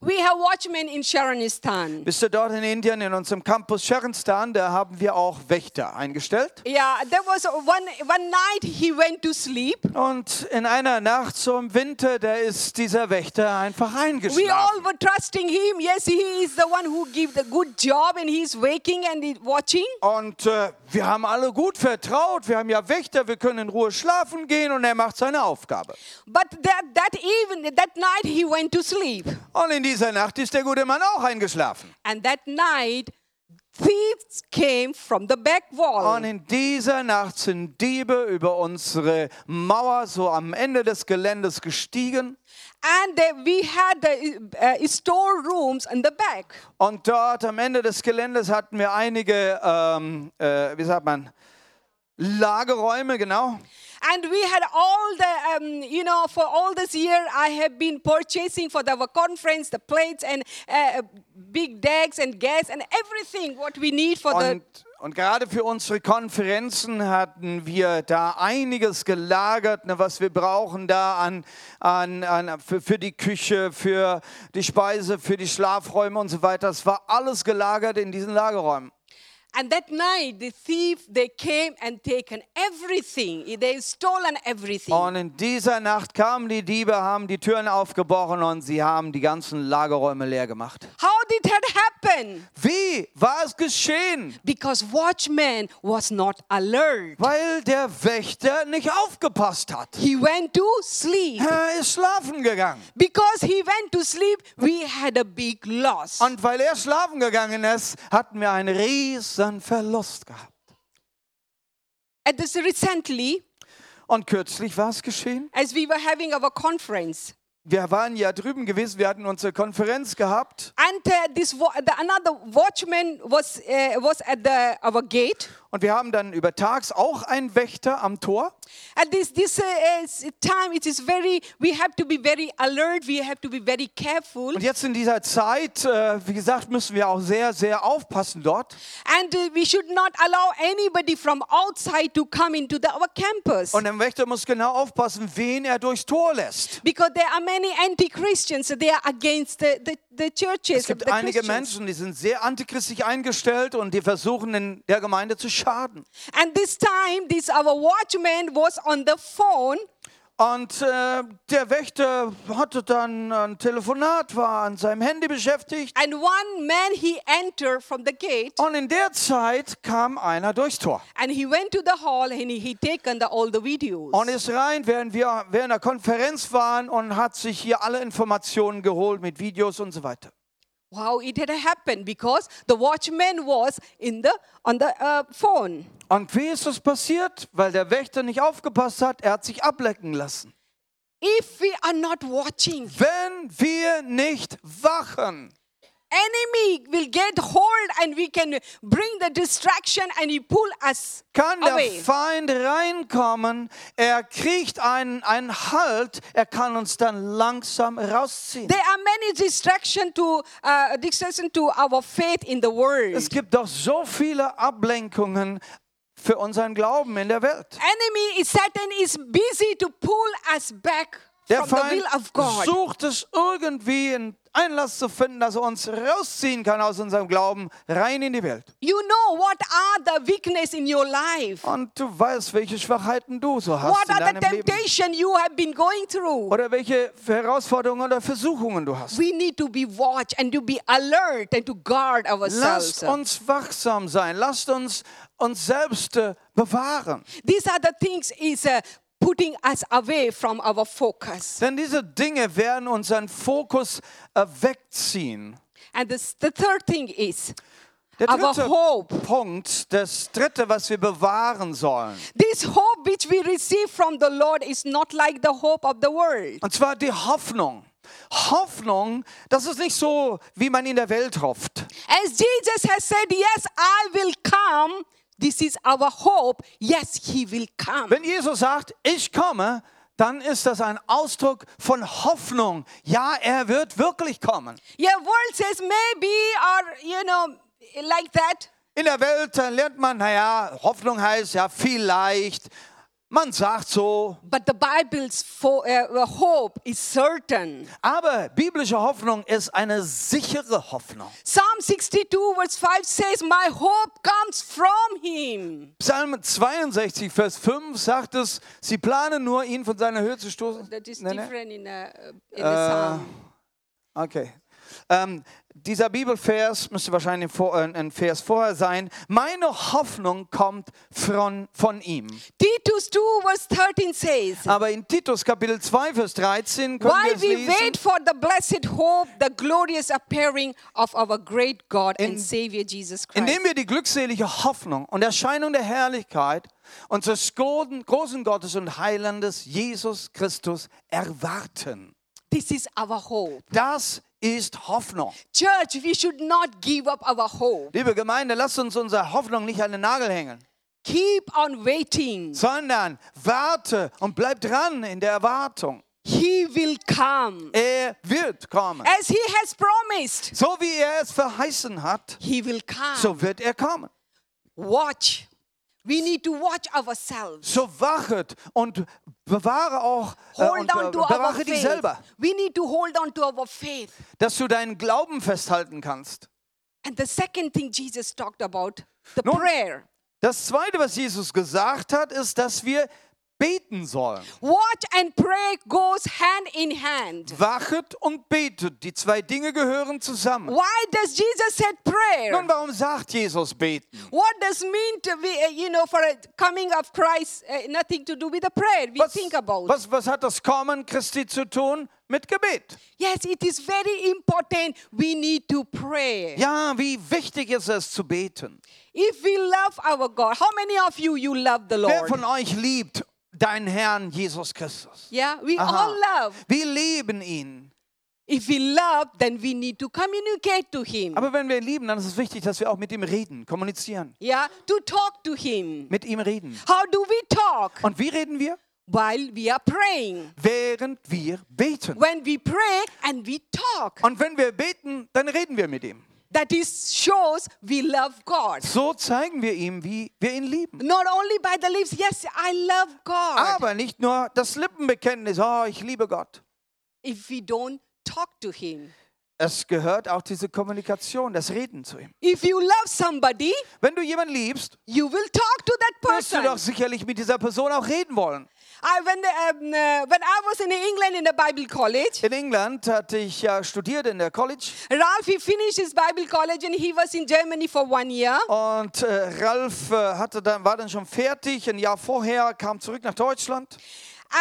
[SPEAKER 1] We have watchmen in Sharanistan.
[SPEAKER 2] Bist du dort in Indien, in unserem Campus Sherenstan, da haben wir auch Wächter eingestellt.
[SPEAKER 1] Yeah, there was a- one, one night he went to sleep.
[SPEAKER 2] Und in einer Nacht so im Winter, da ist dieser Wächter einfach
[SPEAKER 1] We all
[SPEAKER 2] eingeschlafen.
[SPEAKER 1] were trusting him. Yes, he is the one who give the good job and he's waking and he's watching.
[SPEAKER 2] Und äh, wir haben alle gut vertraut. Wir haben ja Wächter, wir können in Ruhe schlafen gehen und er macht seine Aufgabe.
[SPEAKER 1] But that, that evening, that night he went to sleep.
[SPEAKER 2] Und in dieser Nacht ist der gute Mann auch eingeschlafen.
[SPEAKER 1] And that night, thieves came from the back
[SPEAKER 2] Und
[SPEAKER 1] wall.
[SPEAKER 2] in dieser Nacht sind Diebe über unsere Mauer so am Ende des Geländes gestiegen.
[SPEAKER 1] And they, we had the uh, storerooms in the back.
[SPEAKER 2] Und dort am Ende des Geländes hatten wir einige, ähm, äh, wie sagt man, Lagerräume, genau.
[SPEAKER 1] And we had all the, um, you know, for all this year, I have been purchasing for the, our conference the plates and uh, big decks and gas and everything what we need for the.
[SPEAKER 2] Und, und gerade für unsere Konferenzen hatten wir da einiges gelagert, ne, was wir brauchen da an, an, an, für, für die Küche, für die Speise, für die Schlafräume und so weiter. Es war alles gelagert in diesen Lagerräumen.
[SPEAKER 1] And that night, the thief they came and taken everything. They stolen everything.
[SPEAKER 2] Und in dieser Nacht kamen die Diebe, haben die Türen aufgebrochen und sie haben die ganzen Lagerräume leer gemacht.
[SPEAKER 1] How did that happen?
[SPEAKER 2] Wie war es geschehen?
[SPEAKER 1] Because watchman was not alert.
[SPEAKER 2] Weil der Wächter nicht aufgepasst hat.
[SPEAKER 1] He went to sleep.
[SPEAKER 2] Er ist schlafen gegangen.
[SPEAKER 1] Because he went to sleep, we had a big loss.
[SPEAKER 2] Und weil er schlafen gegangen ist, hatten wir einen riesen Verlust gehabt.
[SPEAKER 1] At this recently,
[SPEAKER 2] Und kürzlich war es geschehen.
[SPEAKER 1] as we were having our conference,
[SPEAKER 2] Wir waren ja drüben gewesen, wir hatten unsere Konferenz gehabt
[SPEAKER 1] and uh, this wa- the, another watchman was uh, was at the our gate.
[SPEAKER 2] und wir haben dann über Tags auch einen Wächter am Tor.
[SPEAKER 1] At this this uh, uh, s- time, it is very we have to be very alert. We have to be very careful.
[SPEAKER 2] Und jetzt in dieser Zeit, äh, wie gesagt, müssen wir auch sehr, sehr aufpassen dort.
[SPEAKER 1] And uh, we should not allow anybody from outside to come into the, our campus.
[SPEAKER 2] Und ein Wächter muss genau aufpassen, wen er durchs Tor lässt.
[SPEAKER 1] Because there are many anti-Christians, they are against the, the, the churches.
[SPEAKER 2] Es gibt
[SPEAKER 1] the
[SPEAKER 2] einige
[SPEAKER 1] Christians.
[SPEAKER 2] Menschen, die sind sehr antichristlich eingestellt und die versuchen, in der Gemeinde zu schaden.
[SPEAKER 1] And this time, this our watchman was on the phone,
[SPEAKER 2] Und äh, der Wächter hatte dann ein Telefonat, war an seinem Handy beschäftigt.
[SPEAKER 1] and one man he entered from the gate.
[SPEAKER 2] Und in der Zeit kam einer durchs Tor.
[SPEAKER 1] And he went to the hall and he, he taken the, all the videos.
[SPEAKER 2] Und ist rein, während wir während der Konferenz waren und hat sich hier alle Informationen geholt mit Videos und so weiter.
[SPEAKER 1] Wow, it had happened because the watchman was in the on the uh, phone.
[SPEAKER 2] Und wie ist das passiert? Weil der Wächter nicht aufgepasst hat, er hat sich ablecken lassen.
[SPEAKER 1] If we are not watching,
[SPEAKER 2] Wenn wir nicht wachen,
[SPEAKER 1] enemy will get hold and we can bring the distraction and he pull us
[SPEAKER 2] kann der
[SPEAKER 1] away.
[SPEAKER 2] Feind reinkommen, er kriegt einen, einen Halt, er kann uns dann langsam rausziehen.
[SPEAKER 1] There are many distraction to uh, distraction to our faith in the world.
[SPEAKER 2] Es gibt doch so viele Ablenkungen für unseren Glauben in der Welt.
[SPEAKER 1] enemy is Satan is busy to pull us back
[SPEAKER 2] Der
[SPEAKER 1] from the
[SPEAKER 2] Feind
[SPEAKER 1] will of God.
[SPEAKER 2] sucht es irgendwie in Einlass zu finden, dass er uns rausziehen kann aus unserem Glauben rein in die Welt.
[SPEAKER 1] You know what are the weakness in your life.
[SPEAKER 2] Und du weißt, welche Schwachheiten du so hast
[SPEAKER 1] What
[SPEAKER 2] in
[SPEAKER 1] are the
[SPEAKER 2] deinem Leben.
[SPEAKER 1] temptation you have been going through?
[SPEAKER 2] Oder welche Herausforderungen oder Versuchungen du hast.
[SPEAKER 1] We need to be watch and to be alert and to guard ourselves.
[SPEAKER 2] Lasst uns wachsam sein. Lasst uns uns selbst äh, bewahren.
[SPEAKER 1] These are the things is uh, putting us away from our focus.
[SPEAKER 2] Denn diese Dinge werden unseren Fokus äh, wegziehen.
[SPEAKER 1] And this, the third thing is
[SPEAKER 2] Der
[SPEAKER 1] Aber
[SPEAKER 2] dritte
[SPEAKER 1] Hope.
[SPEAKER 2] Punkt, das dritte, was wir bewahren sollen.
[SPEAKER 1] this hope which we receive from the Lord is not like the hope of the world.
[SPEAKER 2] Und zwar die Hoffnung. Hoffnung, das ist nicht so, wie man in der Welt hofft.
[SPEAKER 1] As Jesus has said, Yes, I will come. This is our hope. Yes, He will come.
[SPEAKER 2] Wenn Jesus sagt, ich komme, dann ist das ein Ausdruck von Hoffnung. Ja, er wird wirklich kommen.
[SPEAKER 1] Your world says maybe or, you know, like that.
[SPEAKER 2] In der Welt äh, lernt man, naja, Hoffnung heißt ja vielleicht. Man sagt so,
[SPEAKER 1] But the Bible's for, uh, hope is certain.
[SPEAKER 2] aber biblische Hoffnung ist eine sichere Hoffnung.
[SPEAKER 1] Psalm 62, verse 5 says, My hope comes from Him.
[SPEAKER 2] Psalm 62, Vers 5 sagt es, sie planen nur, ihn von seiner Höhe zu stoßen.
[SPEAKER 1] That is
[SPEAKER 2] Nee, nee.
[SPEAKER 1] different in, a, uh, in a psalm.
[SPEAKER 2] Okay. Ähm, dieser Bibelvers müsste wahrscheinlich ein Vor- äh, ein Vers vorher sein. Meine Hoffnung kommt von, von ihm.
[SPEAKER 1] Titus 2, verse 13 says,
[SPEAKER 2] Aber in Titus Kapitel 2, Vers 13 können wir
[SPEAKER 1] While
[SPEAKER 2] es
[SPEAKER 1] we
[SPEAKER 2] lesen.
[SPEAKER 1] wait for the blessed hope, the glorious appearing of our great God and Savior Jesus Christ.
[SPEAKER 2] Indem wir die glückselige Hoffnung und Erscheinung der Herrlichkeit unseres großen großen Gottes und Heilandes Jesus Christus erwarten.
[SPEAKER 1] this is our hope.
[SPEAKER 2] Das ist Hoffnung.
[SPEAKER 1] Church, we should not give up our hope.
[SPEAKER 2] Liebe Gemeinde, lasst uns unsere Hoffnung nicht an den Nagel hängen,
[SPEAKER 1] Keep on waiting.
[SPEAKER 2] sondern warte und bleib dran in der Erwartung.
[SPEAKER 1] He will come.
[SPEAKER 2] Er wird kommen.
[SPEAKER 1] As He has promised,
[SPEAKER 2] So wie er es verheißen hat,
[SPEAKER 1] He will come.
[SPEAKER 2] so wird er kommen.
[SPEAKER 1] watch. We need to watch ourselves.
[SPEAKER 2] So wachet und bewahre auch äh,
[SPEAKER 1] Hold Uh,
[SPEAKER 2] und
[SPEAKER 1] on
[SPEAKER 2] be
[SPEAKER 1] to our
[SPEAKER 2] bewahre dich
[SPEAKER 1] faith.
[SPEAKER 2] selber,
[SPEAKER 1] We need to hold on to our faith.
[SPEAKER 2] dass du deinen Glauben festhalten kannst.
[SPEAKER 1] And the second thing Jesus talked about, the
[SPEAKER 2] Nun-
[SPEAKER 1] prayer.
[SPEAKER 2] Das zweite, was Jesus gesagt hat, ist, dass wir beten sollen.
[SPEAKER 1] Watch and pray goes hand in hand.
[SPEAKER 2] Wachet und betet. Die zwei Dinge gehören zusammen.
[SPEAKER 1] Why does Jesus said prayer?
[SPEAKER 2] Nun, warum sagt Jesus beten?
[SPEAKER 1] What does mean to be, uh, you know, for a coming of Christ? Uh, nothing to do with the prayer we
[SPEAKER 2] Was,
[SPEAKER 1] think about.
[SPEAKER 2] was, was hat das Kommen Christi zu tun mit Gebet?
[SPEAKER 1] Yes, it is very important. We need to pray.
[SPEAKER 2] Ja, wie wichtig ist es zu beten?
[SPEAKER 1] If we love our God, how many of you you love the
[SPEAKER 2] Wer
[SPEAKER 1] Lord?
[SPEAKER 2] von euch liebt deinen Herrn Jesus Christus?
[SPEAKER 1] Yeah, we
[SPEAKER 2] Aha.
[SPEAKER 1] all love.
[SPEAKER 2] Wir lieben ihn.
[SPEAKER 1] If we love, then we need to communicate to Him.
[SPEAKER 2] Aber wenn wir ihn lieben, dann ist es wichtig, dass wir auch mit ihm reden, kommunizieren.
[SPEAKER 1] Yeah, to talk to Him.
[SPEAKER 2] Mit ihm reden.
[SPEAKER 1] How do we talk?
[SPEAKER 2] Und wie reden wir?
[SPEAKER 1] While we are praying.
[SPEAKER 2] Während wir beten.
[SPEAKER 1] When we pray and we talk,
[SPEAKER 2] Und wenn wir beten, dann reden wir mit ihm.
[SPEAKER 1] that is shows we love God.
[SPEAKER 2] So zeigen wir ihm, wie wir ihn lieben.
[SPEAKER 1] Not only by the lips. Yes, I love God.
[SPEAKER 2] Aber nicht nur das Lippenbekenntnis, oh, ich liebe Gott.
[SPEAKER 1] if we don't talk to Him,
[SPEAKER 2] Es gehört auch diese Kommunikation, das Reden zu ihm.
[SPEAKER 1] if you love somebody,
[SPEAKER 2] Wenn du jemanden liebst,
[SPEAKER 1] you will talk to that
[SPEAKER 2] wirst du
[SPEAKER 1] person.
[SPEAKER 2] doch sicherlich mit dieser Person auch reden wollen.
[SPEAKER 1] I when um, uh, when I was in England in the Bible college,
[SPEAKER 2] In England hatte ich ja studiert in der College
[SPEAKER 1] Ralph he finished his Bible college and he was in Germany for one year.
[SPEAKER 2] und äh, Ralf äh, hatte dann, war dann schon fertig. Ein Jahr vorher kam zurück nach Deutschland.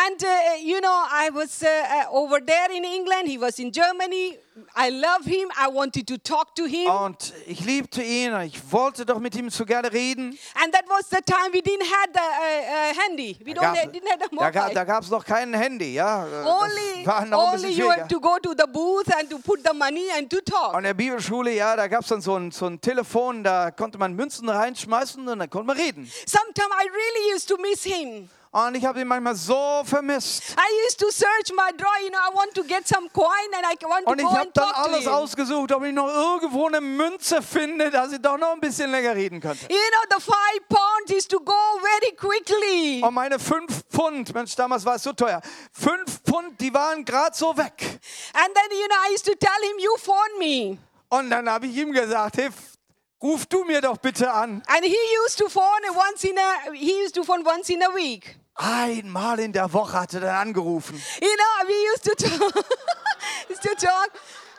[SPEAKER 1] And uh, you know, I was uh, uh, over there in England. He was in Germany. I love him. I wanted to talk to him.
[SPEAKER 2] Und ich liebte ihn. Ich wollte doch mit ihm so gerne reden.
[SPEAKER 1] And that was the time we didn't have the uh, uh, handy. We don't have, didn't have the
[SPEAKER 2] da gab,
[SPEAKER 1] mobile.
[SPEAKER 2] da gab's noch kein Handy, ja. Äh, das
[SPEAKER 1] Only,
[SPEAKER 2] war noch
[SPEAKER 1] only
[SPEAKER 2] ein bisschen
[SPEAKER 1] you
[SPEAKER 2] schwieriger.
[SPEAKER 1] have to go to the booth and to put the money and to
[SPEAKER 2] An
[SPEAKER 1] talk.
[SPEAKER 2] der Bibelschule, ja, da gab es dann so ein, so ein Telefon, da konnte man Münzen reinschmeißen und dann konnte man reden.
[SPEAKER 1] Sometimes I really used to miss him.
[SPEAKER 2] Und ich habe ihn manchmal so vermisst.
[SPEAKER 1] I used to search my drawer, you know, I want to get some coin and I want
[SPEAKER 2] Und
[SPEAKER 1] to
[SPEAKER 2] ich
[SPEAKER 1] go
[SPEAKER 2] habe
[SPEAKER 1] and
[SPEAKER 2] dann
[SPEAKER 1] talk to
[SPEAKER 2] alles
[SPEAKER 1] him.
[SPEAKER 2] ausgesucht, ob ich noch irgendwo eine Münze finde, dass ich doch noch ein bisschen länger reden könnte.
[SPEAKER 1] You know, the five pounds is to go very quickly.
[SPEAKER 2] Und meine 5 Pfund, Mensch, damals war es so teuer. 5 Pfund, die waren gerade so weg.
[SPEAKER 1] And then, you know, I used to tell him, you phone me.
[SPEAKER 2] Und dann habe ich ihm gesagt, hey, f- ruf du mir doch bitte an.
[SPEAKER 1] And he used to phone once in a, he used to phone once in a week.
[SPEAKER 2] Einmal in der Woche hatte er dann angerufen.
[SPEAKER 1] You know, we used to talk, used to talk.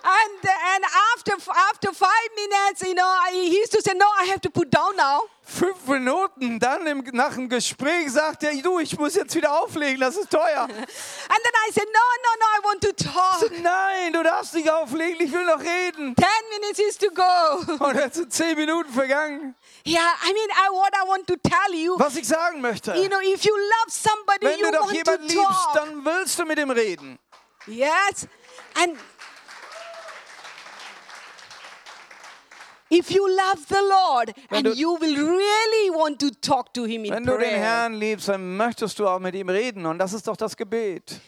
[SPEAKER 1] And, and after, after five minutes, you know, I, he used to say, no, I have to put down now.
[SPEAKER 2] Fünf Minuten, dann im, nach dem Gespräch sagt er, du, ich muss jetzt wieder auflegen, das ist teuer.
[SPEAKER 1] And then I said, no, no, no, I want to talk.
[SPEAKER 2] Nein, du darfst nicht auflegen, ich will noch reden.
[SPEAKER 1] Ten minutes is to go.
[SPEAKER 2] Und jetzt sind zehn Minuten vergangen.
[SPEAKER 1] Yeah, I mean, I, what I want to tell you,
[SPEAKER 2] Was ich sagen möchte,
[SPEAKER 1] you know, if you love somebody,
[SPEAKER 2] wenn
[SPEAKER 1] uh, you
[SPEAKER 2] du doch
[SPEAKER 1] want
[SPEAKER 2] jemanden
[SPEAKER 1] to
[SPEAKER 2] liebst,
[SPEAKER 1] talk.
[SPEAKER 2] dann willst du mit ihm reden.
[SPEAKER 1] Yes, and if you love the Lord, and
[SPEAKER 2] du-
[SPEAKER 1] you will really want to talk to Him in
[SPEAKER 2] Wenn du den
[SPEAKER 1] prayer.
[SPEAKER 2] Herrn liebst, dann möchtest du auch mit ihm reden. Und das ist doch das Gebet.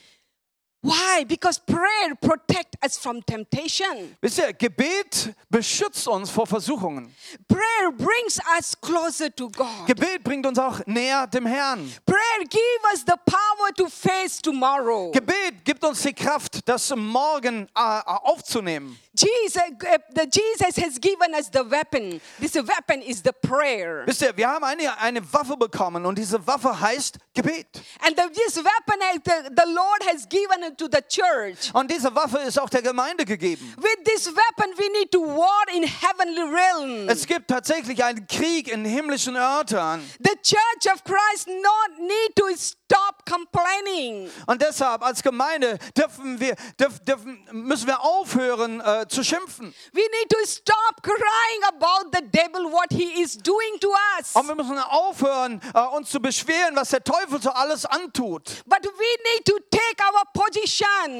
[SPEAKER 1] Why? Because prayer protects us from temptation.
[SPEAKER 2] Wisst ihr, Gebet beschützt uns vor Versuchungen.
[SPEAKER 1] Prayer brings us closer to God.
[SPEAKER 2] Gebet bringt uns auch näher dem Herrn.
[SPEAKER 1] Prayer gives us the power to face tomorrow.
[SPEAKER 2] Gebet gibt uns die Kraft, das morgen äh, aufzunehmen.
[SPEAKER 1] Jesus, uh, the Jesus has given us the weapon. This weapon is the prayer,
[SPEAKER 2] Wisst ihr, wir haben eine, eine Waffe bekommen und diese Waffe heißt Gebet.
[SPEAKER 1] and the, this weapon uh, the, the Lord has given it to the church.
[SPEAKER 2] Und diese Waffe ist auch der Gemeinde gegeben.
[SPEAKER 1] With this weapon, we need to war in heavenly realm.
[SPEAKER 2] Es gibt tatsächlich einen Krieg in himmlischen Örtern.
[SPEAKER 1] The Church of Christ not need to stop complaining.
[SPEAKER 2] Und deshalb als Gemeinde dürfen wir, dürf, dürfen, müssen wir aufhören äh, zu schimpfen.
[SPEAKER 1] We need to stop crying about the devil what he is doing to us.
[SPEAKER 2] Und wir müssen aufhören, äh, uns zu beschweren, was der Teufel so alles antut.
[SPEAKER 1] But we need to take our position.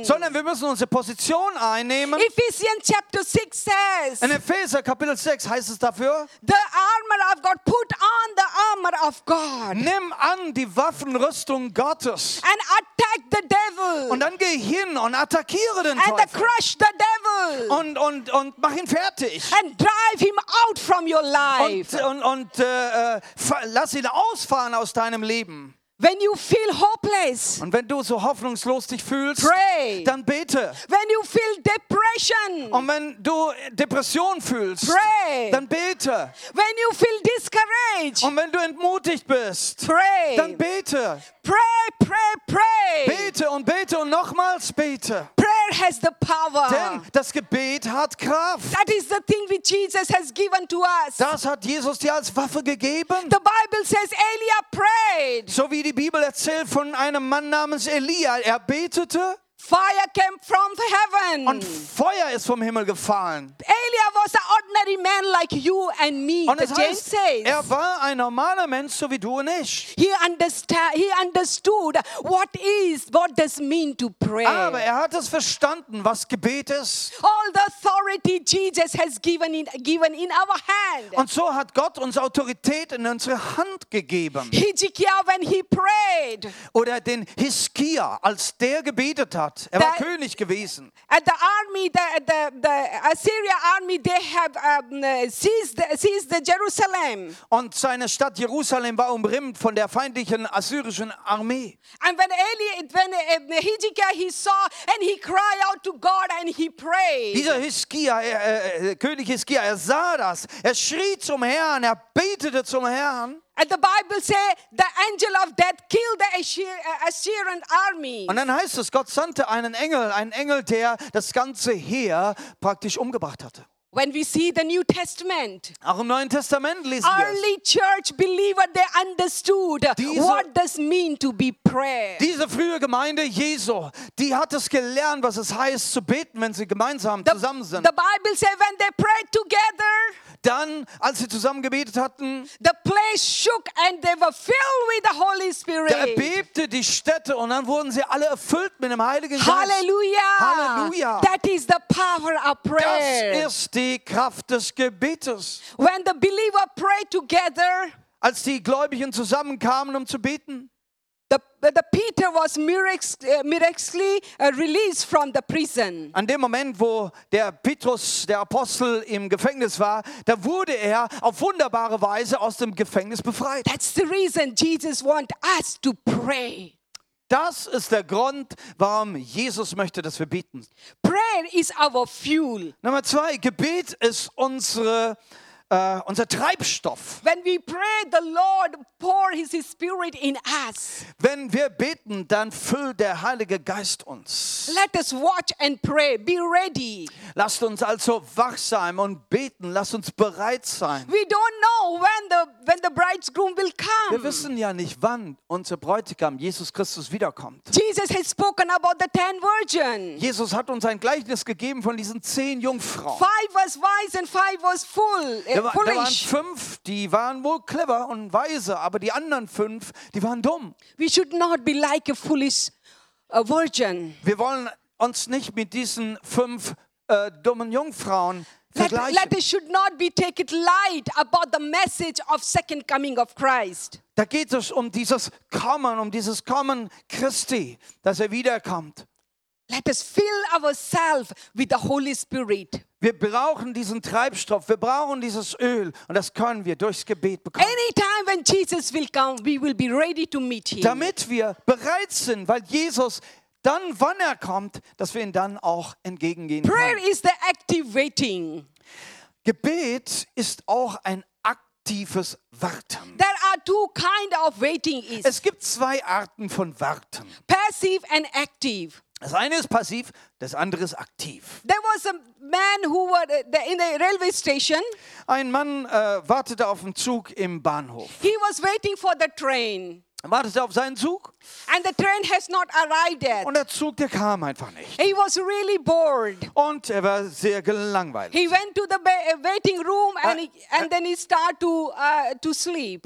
[SPEAKER 2] Sondern wir müssen unsere Position einnehmen.
[SPEAKER 1] Ephesians chapter 6 says,
[SPEAKER 2] In Epheser Kapitel 6 heißt es dafür,
[SPEAKER 1] The armor of God. Put on the armor of God and
[SPEAKER 2] nimm an die Waffenrüstung Gottes.
[SPEAKER 1] attack the devil
[SPEAKER 2] Und dann geh hin und attackiere den
[SPEAKER 1] and the
[SPEAKER 2] Teufel.
[SPEAKER 1] crush the devil
[SPEAKER 2] Und, und, und mach ihn fertig.
[SPEAKER 1] and drive him out from your life.
[SPEAKER 2] Und, und, und äh, äh, fa- lass ihn ausfahren aus deinem Leben.
[SPEAKER 1] When you feel hopeless,
[SPEAKER 2] Und wenn du so hoffnungslos dich fühlst,
[SPEAKER 1] Pray.
[SPEAKER 2] dann bete.
[SPEAKER 1] when you feel depression,
[SPEAKER 2] Und wenn du Depression fühlst,
[SPEAKER 1] Pray.
[SPEAKER 2] dann bete.
[SPEAKER 1] when you feel discouraged,
[SPEAKER 2] Und wenn du entmutigt bist,
[SPEAKER 1] pray.
[SPEAKER 2] dann bete.
[SPEAKER 1] Pray, pray, pray.
[SPEAKER 2] Bete und bete und nochmals bete.
[SPEAKER 1] Prayer has the power.
[SPEAKER 2] Denn das Gebet hat Kraft.
[SPEAKER 1] That is the thing which Jesus has given to us.
[SPEAKER 2] Das hat Jesus dir als Waffe gegeben.
[SPEAKER 1] The Bible says Elia prayed.
[SPEAKER 2] So wie die Bibel erzählt von einem Mann namens Elia. Er betete
[SPEAKER 1] Fire came from
[SPEAKER 2] und
[SPEAKER 1] heaven.
[SPEAKER 2] Feuer ist vom Himmel gefallen.
[SPEAKER 1] Elia was an ordinary man like you and me.
[SPEAKER 2] Und
[SPEAKER 1] The
[SPEAKER 2] es
[SPEAKER 1] James
[SPEAKER 2] heißt, er
[SPEAKER 1] says
[SPEAKER 2] war ein normaler Mensch, so wie du und ich.
[SPEAKER 1] he understand he understood what is what does mean to pray.
[SPEAKER 2] Aber er hat es verstanden, was Gebet ist.
[SPEAKER 1] All the authority Jesus has given in given in our hand.
[SPEAKER 2] Und so hat Gott uns Autorität in unsere Hand gegeben.
[SPEAKER 1] Hezekiah when he prayed
[SPEAKER 2] Oder den Hiskia, als der gebetet hat. Er war
[SPEAKER 1] Da-
[SPEAKER 2] König gewesen.
[SPEAKER 1] at the army the the, the Assyria army they have um, uh, seized seized the Jerusalem.
[SPEAKER 2] Und seine Stadt Jerusalem war umringt von der feindlichen assyrischen Armee.
[SPEAKER 1] And when Eli, when uh, Hezekiah he saw and he cried out to God and he prayed.
[SPEAKER 2] Dieser Hiskia, äh, äh, König Hiskia, er sah das. Er schrie zum Herrn, er betete zum Herrn.
[SPEAKER 1] And the Bible say the angel of death killed the Assyr- uh, Assyrian army.
[SPEAKER 2] Und dann heißt es, Gott sandte einen Engel, einen Engel, der das ganze Heer praktisch umgebracht hatte.
[SPEAKER 1] When we see the New Testament,
[SPEAKER 2] Auch im Neuen Testament lesen wir es.
[SPEAKER 1] early church believer they understood
[SPEAKER 2] Diese-
[SPEAKER 1] what does mean to be prayer.
[SPEAKER 2] Diese frühe Gemeinde Jesu, die hat es gelernt, was es heißt zu beten, wenn sie gemeinsam
[SPEAKER 1] The,
[SPEAKER 2] zusammen sind.
[SPEAKER 1] the Bible say when they prayed together,
[SPEAKER 2] Dann, als sie zusammen gebetet hatten,
[SPEAKER 1] the place shook and they were filled with the Holy Spirit.
[SPEAKER 2] da erbebte die Städte und dann wurden sie alle erfüllt mit dem Heiligen Geist.
[SPEAKER 1] Hallelujah.
[SPEAKER 2] Hallelujah.
[SPEAKER 1] That is the power of prayer.
[SPEAKER 2] Das ist die Kraft des Gebetes.
[SPEAKER 1] When the believer pray together,
[SPEAKER 2] Als die Gläubigen zusammenkamen, um zu beten,
[SPEAKER 1] The, the Peter was mirac- uh, miraculously uh, released from the prison.
[SPEAKER 2] An dem Moment, wo der Petrus, der Apostel, im Gefängnis war, da wurde er auf wunderbare Weise aus dem Gefängnis befreit.
[SPEAKER 1] That's the reason Jesus wants us to pray.
[SPEAKER 2] Das ist der Grund, warum Jesus möchte, dass wir beten.
[SPEAKER 1] Prayer is our fuel.
[SPEAKER 2] Nummer zwei, Gebet ist unsere, äh, unser Treibstoff.
[SPEAKER 1] When we pray, the Lord pour His Spirit in us.
[SPEAKER 2] Wenn wir beten, dann füllt der Heilige Geist uns.
[SPEAKER 1] Let us watch and pray. Be ready.
[SPEAKER 2] Lasst uns also wachsam und beten. Lasst uns bereit sein.
[SPEAKER 1] We don't know when the when the bridegroom will
[SPEAKER 2] Wir
[SPEAKER 1] come.
[SPEAKER 2] wissen ja nicht, wann unser Bräutigam Jesus Christus wiederkommt.
[SPEAKER 1] Jesus has spoken about the ten virgins.
[SPEAKER 2] Jesus hat uns ein Gleichnis gegeben von diesen zehn Jungfrauen.
[SPEAKER 1] Five was wise and five was full,
[SPEAKER 2] Da,
[SPEAKER 1] uh,
[SPEAKER 2] wa- da waren
[SPEAKER 1] foolish.
[SPEAKER 2] fünf, die waren wohl clever und weise, aber die anderen fünf, die waren dumm.
[SPEAKER 1] We should not be like a foolish uh, virgin.
[SPEAKER 2] Wir wollen uns nicht mit diesen fünf äh, dummen Jungfrauen
[SPEAKER 1] Let,
[SPEAKER 2] vergleichen.
[SPEAKER 1] let us should not be taken light about the message of second coming of Christ.
[SPEAKER 2] da geht es um dieses Kommen, um dieses Kommen Christi, dass er wiederkommt.
[SPEAKER 1] Let us fill ourselves with the Holy Spirit.
[SPEAKER 2] Wir brauchen diesen Treibstoff, wir brauchen dieses Öl und das können wir durchs Gebet bekommen.
[SPEAKER 1] Anytime when Jesus will come, we will be ready to meet him.
[SPEAKER 2] damit wir bereit sind, weil Jesus dann, wann er kommt, dass wir ihn dann auch entgegengehen
[SPEAKER 1] Prayer
[SPEAKER 2] können.
[SPEAKER 1] is the activating.
[SPEAKER 2] Gebet ist auch ein aktives Warten.
[SPEAKER 1] There are two kind of waiting is
[SPEAKER 2] Es gibt zwei Arten von Warten.
[SPEAKER 1] passive and active.
[SPEAKER 2] Das eine ist passiv, das andere ist aktiv.
[SPEAKER 1] There was a man who were uh, the- in the railway station.
[SPEAKER 2] Ein Mann äh, wartete auf den Zug im Bahnhof.
[SPEAKER 1] He was waiting for the train,
[SPEAKER 2] Er wartete auf seinen Zug
[SPEAKER 1] and the train has not arrived yet.
[SPEAKER 2] und der Zug, der kam einfach nicht.
[SPEAKER 1] He was really bored.
[SPEAKER 2] Und er war sehr gelangweilt.
[SPEAKER 1] He went to the ba- uh, waiting room and, he, and then he started to, uh, to sleep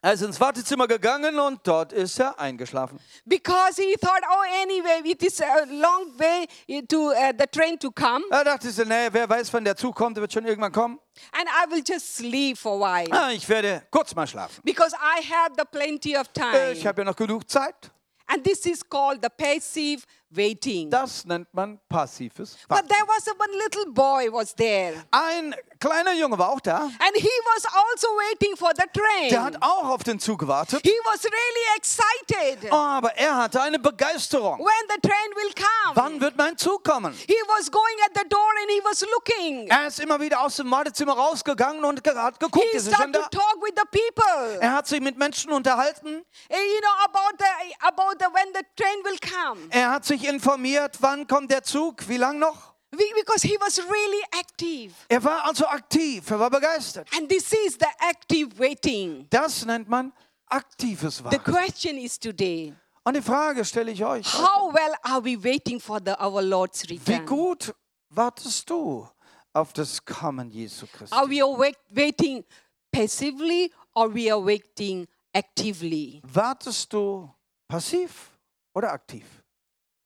[SPEAKER 2] Er ist ins Wartezimmer gegangen und dort ist er eingeschlafen.
[SPEAKER 1] because he thought, oh, anyway, it is a long way to uh, the train to come,
[SPEAKER 2] Er dachte sich, nee, wer weiß, wann der Zug kommt, der wird schon irgendwann kommen.
[SPEAKER 1] and I will just sleep for a while
[SPEAKER 2] Ah, ich werde kurz mal schlafen.
[SPEAKER 1] because I have the plenty of
[SPEAKER 2] Äh,
[SPEAKER 1] time.
[SPEAKER 2] Ich habe ja noch genug Zeit.
[SPEAKER 1] And this is called the passive waiting.
[SPEAKER 2] Das nennt man passives
[SPEAKER 1] But
[SPEAKER 2] Warten.
[SPEAKER 1] there was a one little boy was there,
[SPEAKER 2] Ein kleiner Junge war auch da.
[SPEAKER 1] and he was also waiting for the
[SPEAKER 2] Der
[SPEAKER 1] train.
[SPEAKER 2] hat auch auf den Zug gewartet.
[SPEAKER 1] He was really excited
[SPEAKER 2] Aber er hatte eine Begeisterung.
[SPEAKER 1] when the train will
[SPEAKER 2] Wann
[SPEAKER 1] come.
[SPEAKER 2] wird mein Zug kommen?
[SPEAKER 1] He was going at the door and he was looking.
[SPEAKER 2] Er ist immer wieder aus dem Wartezimmer rausgegangen und gerade geguckt,
[SPEAKER 1] He
[SPEAKER 2] ist er schon
[SPEAKER 1] started to
[SPEAKER 2] da?
[SPEAKER 1] talk with the people,
[SPEAKER 2] Er hat sich mit Menschen unterhalten.
[SPEAKER 1] eh, you know, about the about the when the train will come,
[SPEAKER 2] Er hat sich informiert, wann kommt der Zug, wie lang noch.
[SPEAKER 1] Be- because he was really active.
[SPEAKER 2] Er war also aktiv, er war begeistert.
[SPEAKER 1] And this is the active waiting.
[SPEAKER 2] Das nennt man aktives
[SPEAKER 1] The
[SPEAKER 2] Warten.
[SPEAKER 1] question is today.
[SPEAKER 2] Und die Frage stelle ich euch.
[SPEAKER 1] How well are we waiting for the, our Lord's
[SPEAKER 2] Wie
[SPEAKER 1] return?
[SPEAKER 2] gut wartest du auf das Kommen Jesu
[SPEAKER 1] Are
[SPEAKER 2] Christi?
[SPEAKER 1] we awake, waiting passively or we are waiting actively?
[SPEAKER 2] Wartest du passiv oder aktiv?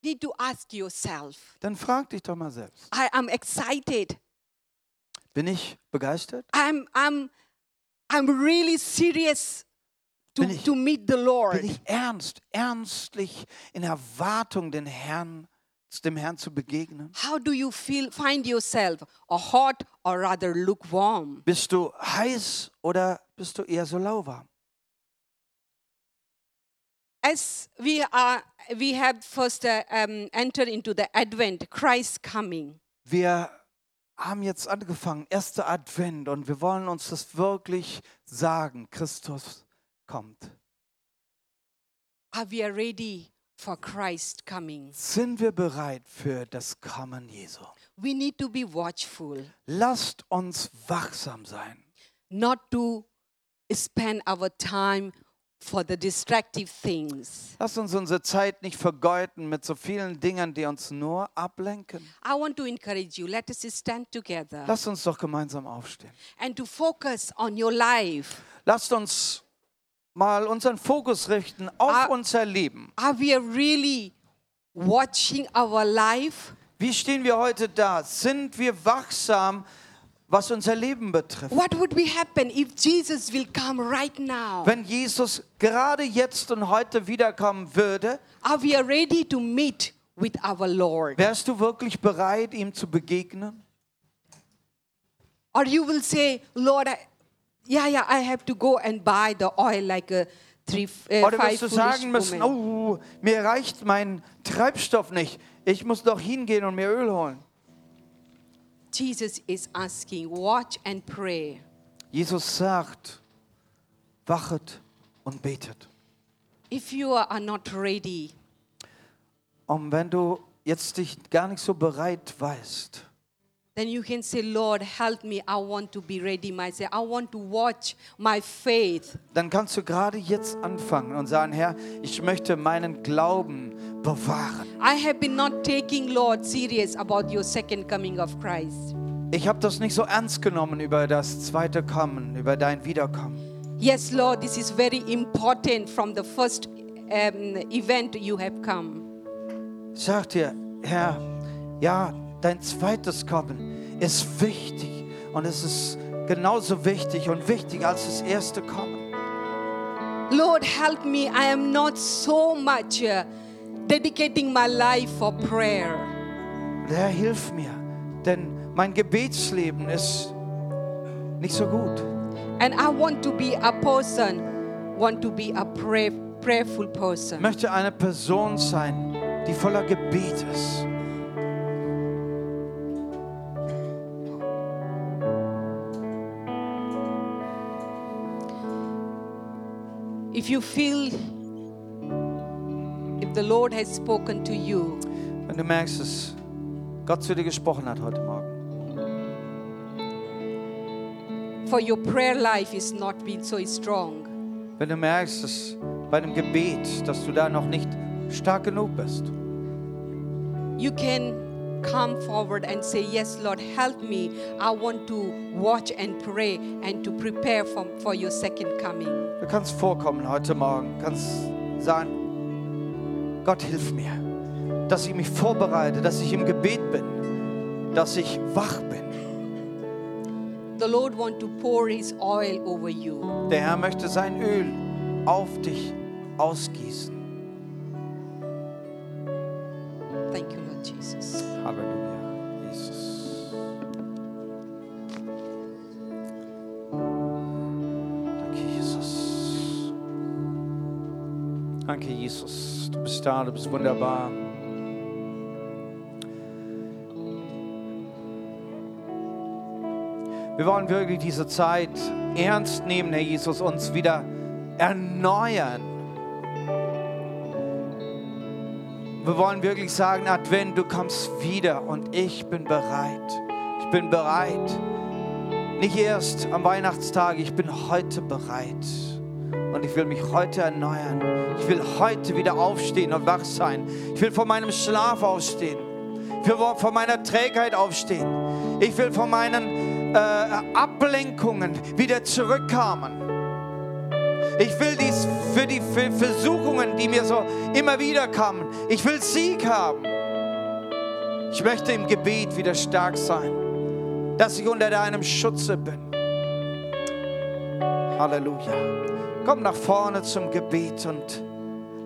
[SPEAKER 1] Need to ask yourself.
[SPEAKER 2] Dann frag dich doch mal selbst.
[SPEAKER 1] I am excited.
[SPEAKER 2] Bin ich begeistert?
[SPEAKER 1] I'm I'm I'm really serious to,
[SPEAKER 2] Bin ich-
[SPEAKER 1] to meet the
[SPEAKER 2] Bin
[SPEAKER 1] Lord.
[SPEAKER 2] ich ernst, ernstlich in Erwartung, den Herrn, dem Herrn zu begegnen?
[SPEAKER 1] How do you feel find yourself? Or hot or rather lukewarm?
[SPEAKER 2] Bist du heiß oder bist du eher so lauwarm?
[SPEAKER 1] As we are we have first uh, um, entered into the Advent, Christ coming.
[SPEAKER 2] Wir haben jetzt angefangen, erster Advent, und wir wollen uns das wirklich sagen. Christus kommt.
[SPEAKER 1] Are we ready for Christ coming?
[SPEAKER 2] Sind wir bereit für das Kommen Jesu?
[SPEAKER 1] We need to be watchful,
[SPEAKER 2] Lasst uns wachsam sein.
[SPEAKER 1] not to spend our time for the destructive things.
[SPEAKER 2] Lasst uns unsere Zeit nicht vergeuden mit so vielen Dingen, die uns nur ablenken.
[SPEAKER 1] I want to encourage you. Let us stand together
[SPEAKER 2] Lasst uns doch gemeinsam aufstehen.
[SPEAKER 1] and to focus on your life.
[SPEAKER 2] Lasst uns mal unseren Fokus richten auf
[SPEAKER 1] Ah.
[SPEAKER 2] unser Leben.
[SPEAKER 1] Are we really watching our life?
[SPEAKER 2] Wie stehen wir heute da? Sind wir wachsam, was unser Leben betrifft.
[SPEAKER 1] What would be happen if Jesus will come right now?
[SPEAKER 2] Wenn Jesus gerade jetzt und heute wiederkommen würde,
[SPEAKER 1] Are we ready to meet with our Lord?
[SPEAKER 2] wärst du wirklich bereit, ihm zu begegnen?
[SPEAKER 1] Or you will say, Lord, I, yeah, yeah, I have to go and buy the oil like a three, uh,
[SPEAKER 2] Oder
[SPEAKER 1] five
[SPEAKER 2] wirst du
[SPEAKER 1] foolish
[SPEAKER 2] sagen müssen,
[SPEAKER 1] women.
[SPEAKER 2] oh, mir reicht mein Treibstoff nicht. Ich muss doch hingehen und mir Öl holen.
[SPEAKER 1] Jesus is asking, watch and pray.
[SPEAKER 2] Jesus sagt, wachet und betet.
[SPEAKER 1] If you are not ready,
[SPEAKER 2] Und wenn du jetzt dich gar nicht so bereit weißt,
[SPEAKER 1] then you can say, Lord, help me. I want to be ready myself. I want to watch my faith.
[SPEAKER 2] dann kannst du gerade jetzt anfangen und sagen, Herr, ich möchte meinen Glauben bewahren.
[SPEAKER 1] I have been not taking, Lord, serious about your second coming of Christ.
[SPEAKER 2] Ich habe das nicht so ernst genommen über das zweite Kommen, über dein Wiederkommen.
[SPEAKER 1] Yes, Lord, this is very important from the first um, event you have come.
[SPEAKER 2] Ich sag dir, Herr, ja, dein zweites Kommen ist wichtig und es ist genauso wichtig und wichtiger als das erste Kommen.
[SPEAKER 1] Lord, help me. I am not so much uh, dedicating my life for prayer.
[SPEAKER 2] Und Herr, hilf mir, denn mein Gebetsleben ist nicht so gut.
[SPEAKER 1] And I want to be a person, want to be a pray, prayerful
[SPEAKER 2] Ich
[SPEAKER 1] person.
[SPEAKER 2] möchte eine Person sein, die voller Gebet ist.
[SPEAKER 1] If you feel if the Lord has spoken to you,
[SPEAKER 2] Wenn du merkst, dass Gott zu dir gesprochen hat heute Morgen,
[SPEAKER 1] for your prayer life is not been so strong,
[SPEAKER 2] wenn du merkst, dass bei dem Gebet, dass du da noch nicht stark genug bist,
[SPEAKER 1] you can come forward and say, Yes, Lord, help me. I want to watch and pray and to prepare for, for your second coming.
[SPEAKER 2] du kannst vorkommen heute Morgen, kannst sagen, Gott hilf mir, dass ich mich vorbereite, dass ich im Gebet bin, dass ich wach bin.
[SPEAKER 1] The Lord want to pour his oil over you.
[SPEAKER 2] Der Herr möchte sein Öl auf dich ausgießen.
[SPEAKER 1] Thank you, Lord Jesus.
[SPEAKER 2] Halleluja, Jesus. Danke, Jesus. Danke, Jesus. Du bist da, du bist wunderbar. Wir wollen wirklich diese Zeit ernst nehmen, Herr Jesus, uns wieder erneuern. Wir wollen wirklich sagen, Advent, du kommst wieder und ich bin bereit. Ich bin bereit. Nicht erst am Weihnachtstag, ich bin heute bereit. Und ich will mich heute erneuern. Ich will heute wieder aufstehen und wach sein. Ich will von meinem Schlaf aufstehen. Ich will von meiner Trägheit aufstehen. Ich will von meinen äh, Ablenkungen wieder zurückkommen. Ich will dies für die für Versuchungen, die mir so immer wieder kamen. Ich will Sieg haben. Ich möchte im Gebet wieder stark sein, dass ich unter deinem Schutze bin. Halleluja. Kommt nach vorne zum Gebet und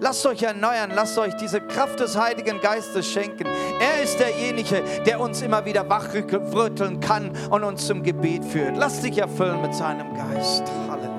[SPEAKER 2] lasst euch erneuern, lasst euch diese Kraft des Heiligen Geistes schenken. Er ist derjenige, der uns immer wieder wachrütteln kann und uns zum Gebet führt. Lasst dich erfüllen mit seinem Geist. Halleluja.